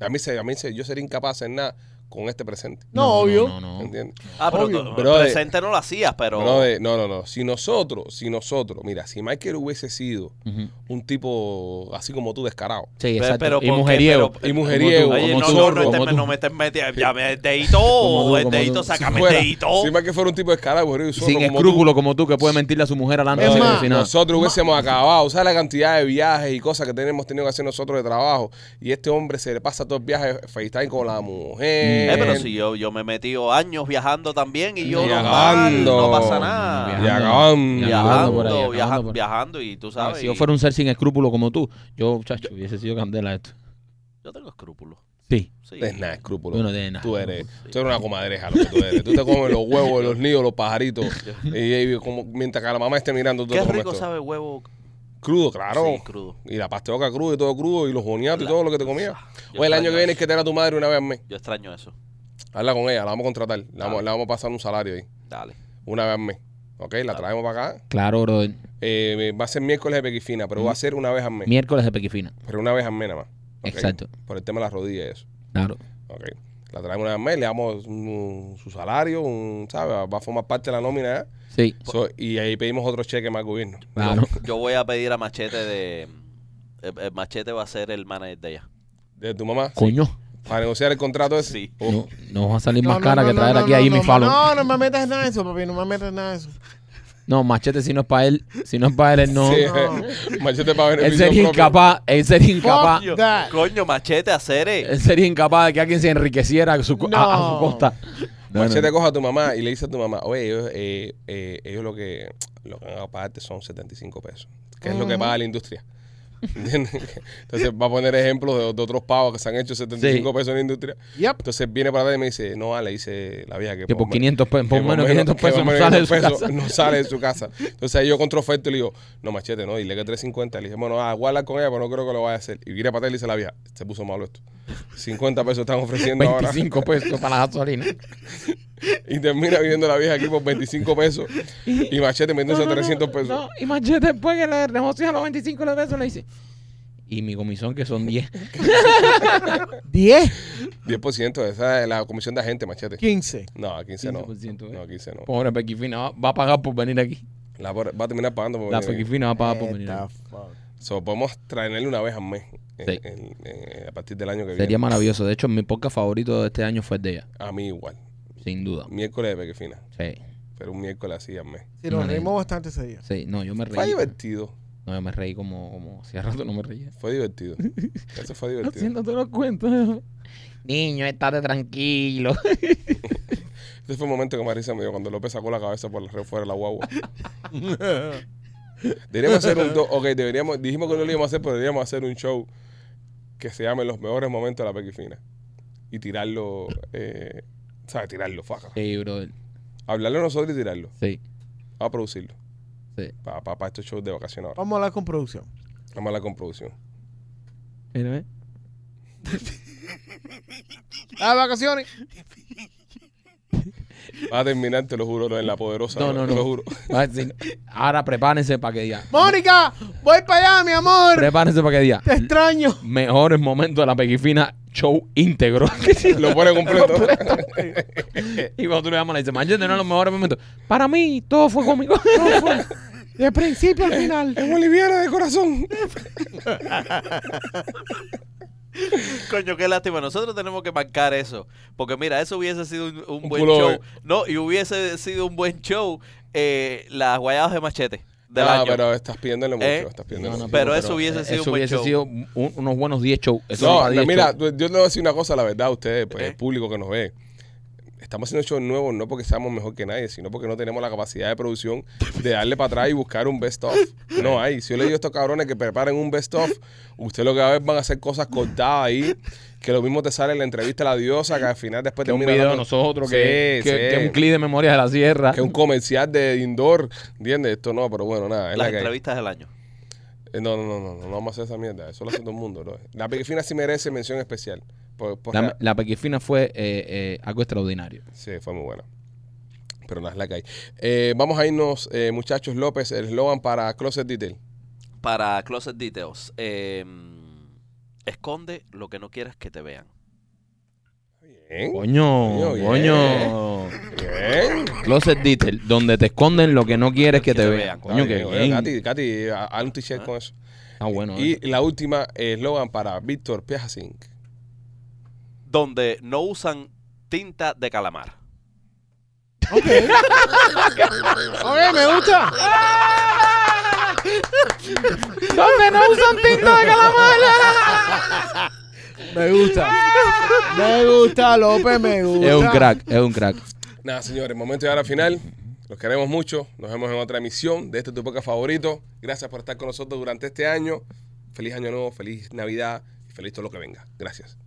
Speaker 1: A mí, se, a mí se, yo sería incapaz de hacer nada con este presente.
Speaker 4: No, obvio.
Speaker 3: No, no, no.
Speaker 1: ¿Entiendes?
Speaker 2: Ah, pero
Speaker 4: Obvio.
Speaker 2: tú-
Speaker 1: Brother.
Speaker 2: presente no lo hacías, pero.
Speaker 1: No, eh, no, no, no. Si nosotros, si nosotros, mira, si Michael hubiese sido
Speaker 3: Ujú.
Speaker 1: un tipo así como tú, descarado.
Speaker 3: Sí,
Speaker 2: Pe-
Speaker 3: exacto.
Speaker 2: pero
Speaker 3: y
Speaker 2: ¿por qué?
Speaker 3: mujeriego.
Speaker 2: Pero-
Speaker 1: Y mujeriego,
Speaker 3: Como tú,
Speaker 2: Oye,
Speaker 1: como
Speaker 2: no,
Speaker 1: tú,
Speaker 2: no,
Speaker 3: zorro,
Speaker 2: no, este
Speaker 3: como
Speaker 2: me-
Speaker 3: tú.
Speaker 2: no me estés metiendo. Ya, me- el dedito, el
Speaker 3: como
Speaker 2: dedito,
Speaker 3: tú.
Speaker 1: Si
Speaker 2: sácame el
Speaker 1: fuera-
Speaker 2: dedito.
Speaker 1: Si Michael fuera un tipo descarado, mujeriego y zorro,
Speaker 3: Sin
Speaker 1: como tú,
Speaker 3: escrúpulos como tú que puede mentirle a su mujer alante
Speaker 4: Es
Speaker 3: de
Speaker 4: más,
Speaker 3: si nada.
Speaker 1: Nosotros hubiésemos acabado, ¿sabes la cantidad de viajes y cosas que tenemos tenido que hacer nosotros de trabajo? Y este hombre se le pasa todo el viaje FaceTime con la mujer.
Speaker 2: Eh, pero si yo, yo me he metido años viajando también y yo
Speaker 1: Y
Speaker 2: normal,
Speaker 1: viajando.
Speaker 2: no pasa nada.
Speaker 1: Y acabando.
Speaker 2: Viajando,
Speaker 3: por ahí,
Speaker 2: viajando,
Speaker 3: acabando por ahí.
Speaker 2: viajando, y tú sabes.
Speaker 3: Ah, si yo
Speaker 2: y-
Speaker 3: fuera un ser sin escrúpulos como tú, yo, chacho, hubiese sido candela esto.
Speaker 2: Yo tengo escrúpulos.
Speaker 3: Sí.
Speaker 2: Sí.
Speaker 1: No tienes Pues nada, escrúpulo.
Speaker 3: Tú no tienes nada.
Speaker 1: Tú eres, tú eres una comadreja, lo que tú eres. Tú te comes los huevos, los nidos, los pajaritos. Y, y como, mientras que la mamá esté mirando, tú
Speaker 2: Qué
Speaker 1: te comes
Speaker 2: rico
Speaker 1: todo.
Speaker 2: sabe huevo.
Speaker 1: Crudo, claro.
Speaker 2: Sí, crudo.
Speaker 1: Y la pasteoca cruda y todo crudo, y los boniatos y
Speaker 2: La-
Speaker 1: todo lo que te comías.
Speaker 2: Yo
Speaker 1: O el año
Speaker 2: extraño
Speaker 1: que viene es
Speaker 2: eso.
Speaker 1: que te a tu madre una vez al mes.
Speaker 2: Yo extraño eso.
Speaker 1: Habla con ella, la vamos a contratar. Le vamos,
Speaker 2: Dale.
Speaker 1: le vamos a pasar un salario ahí.
Speaker 2: Dale.
Speaker 1: Una vez al mes. ¿Ok? La traemos para acá.
Speaker 3: Claro, brother.
Speaker 1: Eh, va a ser miércoles de Pequifina, pero va a ser una vez al mes.
Speaker 3: Miércoles de Pequifina.
Speaker 1: Pero una vez al mes nada más. ¿ok?
Speaker 3: Exacto.
Speaker 1: Por el tema de las rodillas y eso.
Speaker 3: Claro.
Speaker 1: Ok. La traemos una vez al mes, le damos un- su salario, un, ¿sabes? Va a formar parte de la nómina. ¿eh?
Speaker 3: Sí.
Speaker 1: So, y ahí pedimos otro cheque más al gobierno.
Speaker 3: Claro.
Speaker 2: Yo voy a pedir a Machete de. el- el Machete va a ser el manager de ella.
Speaker 1: De tu mamá.
Speaker 3: Coño.
Speaker 1: Para negociar el contrato ese.
Speaker 2: Sí.
Speaker 3: No, Oh. no va a salir más
Speaker 4: No, no,
Speaker 3: cara
Speaker 4: no,
Speaker 3: que
Speaker 4: no,
Speaker 3: traer
Speaker 4: no,
Speaker 3: aquí
Speaker 4: no,
Speaker 3: a
Speaker 4: no,
Speaker 3: Jimmy
Speaker 4: no,
Speaker 3: Fallon. No,
Speaker 4: No, no me metas nada en eso, papi. No me metas nada en eso.
Speaker 3: machete, si no es para él, si no es para él, él no.
Speaker 1: Sí,
Speaker 4: No.
Speaker 1: Machete para
Speaker 3: Él
Speaker 1: beneficio
Speaker 3: sería
Speaker 1: propio.
Speaker 3: incapaz, él sería incapaz,
Speaker 4: Fuck that.
Speaker 2: Coño, Machete, hacer. eh.
Speaker 3: él sería incapaz de que alguien se enriqueciera a su, co- a- a su
Speaker 4: No.
Speaker 3: costa. No, no,
Speaker 1: Machete
Speaker 3: no.
Speaker 1: coja a tu mamá y le dice a tu mamá, oye, ellos, eh, eh, ellos lo que lo que van a pagarte son 75 pesos, que es lo que
Speaker 4: Ujú.
Speaker 1: paga la industria. ¿Entiendes? Entonces va a poner ejemplos de, de otros pagos que se han hecho 75 pesos en la industria.
Speaker 4: Yep.
Speaker 1: Entonces viene para atrás y me dice, no vale, dice la vieja que,
Speaker 3: Que por
Speaker 1: menos-
Speaker 3: 500 pesos, por
Speaker 1: que
Speaker 3: menos 500
Speaker 1: que por
Speaker 3: pesos no
Speaker 1: menos
Speaker 3: sale de su
Speaker 1: 500
Speaker 3: casa.
Speaker 1: no sale de su casa. Entonces ahí yo contra oferta y le digo, no, machete, no, dile que 350. Le dije, bueno, ah, voy a hablar con ella, pero no creo que lo vaya a hacer. Y viene para atrás y le dice a la vieja, se puso malo esto. 50 pesos están ofreciendo ahora.
Speaker 3: 25 pesos para la gasolina.
Speaker 1: Y termina viviendo la vieja aquí por 25 pesos. Y Machete metiéndose 300 pesos.
Speaker 3: No, y Machete después que le negocia los 25 pesos le dice. Y mi comisón que son 10.
Speaker 4: 10,
Speaker 1: 10%. Esa es la comisión de agente, Machete.
Speaker 4: 15.
Speaker 1: No, a 15 no.
Speaker 3: 15%, ¿eh?
Speaker 1: No, a 15 no.
Speaker 3: Pobre Pequifina, va, va a pagar por venir aquí.
Speaker 1: La pobre- va a terminar pagando por
Speaker 3: La
Speaker 1: venir aquí.
Speaker 3: Pequifina va a pagar por venir
Speaker 4: What
Speaker 3: aquí.
Speaker 4: the fuck.
Speaker 1: So, podemos traerle una vez al mes. en-
Speaker 3: Sí.
Speaker 1: en- en- a partir del año que
Speaker 3: Sería
Speaker 1: viene.
Speaker 3: maravilloso. De hecho, mi podcast favorito de este año fue el de ella,
Speaker 1: A mí igual.
Speaker 3: sin duda.
Speaker 1: Miércoles de Pequefina.
Speaker 3: Sí,
Speaker 1: Pero un miércoles así al mes.
Speaker 4: Sí, nos
Speaker 3: No,
Speaker 4: reímos bastante ese día.
Speaker 3: sí. No, yo me
Speaker 1: Fue
Speaker 3: reí.
Speaker 1: divertido.
Speaker 3: No, yo me reí como, como hacía rato no me reía.
Speaker 1: Fue divertido. Eso fue divertido.
Speaker 3: Haciéndote los cuentos. Niño, estate tranquilo.
Speaker 1: Ese Este fue el momento que Marisa me dio cuando López sacó la cabeza por la re- fuera de la guagua. Deberíamos hacer un do- ok, deberíamos, dijimos que no lo íbamos a hacer, pero deberíamos hacer un show que se llame Los mejores momentos de la Pequifina. Y tirarlo, eh, ¿sabes? Tirarlo, faja.
Speaker 3: Sí, brother.
Speaker 1: Hablarlo nosotros y tirarlo.
Speaker 3: Sí.
Speaker 1: Vamos a producirlo.
Speaker 3: Sí.
Speaker 1: Para estos shows de vacaciones ahora.
Speaker 4: Vamos a hablar con producción.
Speaker 1: Vamos a la con producción.
Speaker 3: Mira, ve.
Speaker 4: A vacaciones.
Speaker 1: Va a terminar, te lo juro, en la poderosa.
Speaker 3: No, no,
Speaker 1: Te lo
Speaker 3: no.
Speaker 1: juro.
Speaker 3: Va a decir, ahora prepárense para que diga.
Speaker 4: Mónica, voy para allá, mi amor.
Speaker 3: Prepárense para que diga.
Speaker 4: Te extraño.
Speaker 3: Mejores momentos de la pequifina show íntegro.
Speaker 1: Lo pone completo.
Speaker 3: y cuando tú le llamas, le dices, Machete, no es los mejores momentos. Para mí, todo fue conmigo.
Speaker 4: De principio al final.
Speaker 1: es boliviana de corazón.
Speaker 2: Coño, qué lástima. Nosotros tenemos que marcar eso. Porque mira, eso hubiese sido un, un
Speaker 1: Un
Speaker 2: buen
Speaker 1: pullover.
Speaker 2: show. No, y hubiese sido un buen show eh, las guayadas de machete del
Speaker 1: Ah,
Speaker 2: año.
Speaker 1: pero estás pidiéndole mucho.
Speaker 2: ¿Eh?
Speaker 1: Estás pidiéndole mucho.
Speaker 2: pero eso hubiese sido un
Speaker 3: Eso
Speaker 2: buen
Speaker 3: hubiese
Speaker 2: show.
Speaker 3: sido un- unos buenos 10 shows. Eso
Speaker 1: No,
Speaker 3: para 10
Speaker 1: mira,
Speaker 3: shows.
Speaker 1: yo le voy a decir una cosa, la verdad, a ustedes, pues,
Speaker 2: ¿Eh?
Speaker 1: el público que nos ve. Estamos haciendo shows nuevos no porque seamos mejor que nadie, sino porque no tenemos la capacidad de producción de darle para atrás y buscar un best of. No hay. Si yo le digo a estos cabrones que preparen un best of, usted lo que va a ver van a hacer cosas cortadas ahí, que lo mismo te sale en la entrevista a la diosa, que al final después
Speaker 3: que un
Speaker 1: termina
Speaker 3: video de
Speaker 1: dando-
Speaker 3: nosotros,
Speaker 1: Sí,
Speaker 3: que, que-
Speaker 1: sí.
Speaker 3: que un clip de Memorias de la Sierra.
Speaker 1: que un comercial de indoor, ¿entiendes? Esto no, pero bueno, nada. es
Speaker 2: Las
Speaker 1: la que hay.
Speaker 2: entrevistas del año.
Speaker 1: Eh, No, no, no, no, no, no vamos a hacer esa mierda. Eso lo hace todo el mundo, bro. La Pequefina sí merece mención especial. Por- porque-
Speaker 3: La, la pequifina fue eh, eh, algo extraordinario.
Speaker 1: Sí, fue muy buena. Pero nada, es la que hay. Eh, vamos a irnos, eh, muchachos López, el eslogan para Closet Detail.
Speaker 2: Para Closet Details. eh, esconde lo que no quieras que te vean.
Speaker 1: Bien.
Speaker 3: Coño,
Speaker 1: Uh, Coño,
Speaker 3: coño.
Speaker 1: Bien.
Speaker 3: Closet Detail, donde te esconden lo que no quieres que te vean. Coño, que
Speaker 1: Está bien,
Speaker 3: bien.
Speaker 1: eh, Katy, Katy, ha- haz un t-shirt con eso.
Speaker 3: Ah, bueno.
Speaker 1: y la última eh, eslogan para Víctor Piajacinc.
Speaker 2: Donde no usan tinta de calamar.
Speaker 4: Ok. Ok, me gusta.
Speaker 3: ¿Dónde no usan tinta de calamar?
Speaker 4: Me gusta. Me gusta, López, me gusta.
Speaker 3: Es un crack, es un crack.
Speaker 1: Nada, señores, momento de llegar al final. Los queremos mucho. Nos vemos en otra emisión de este tu podcast favorito. Gracias por estar con nosotros durante este año. Feliz año nuevo, feliz Navidad y feliz todo lo que venga. Gracias.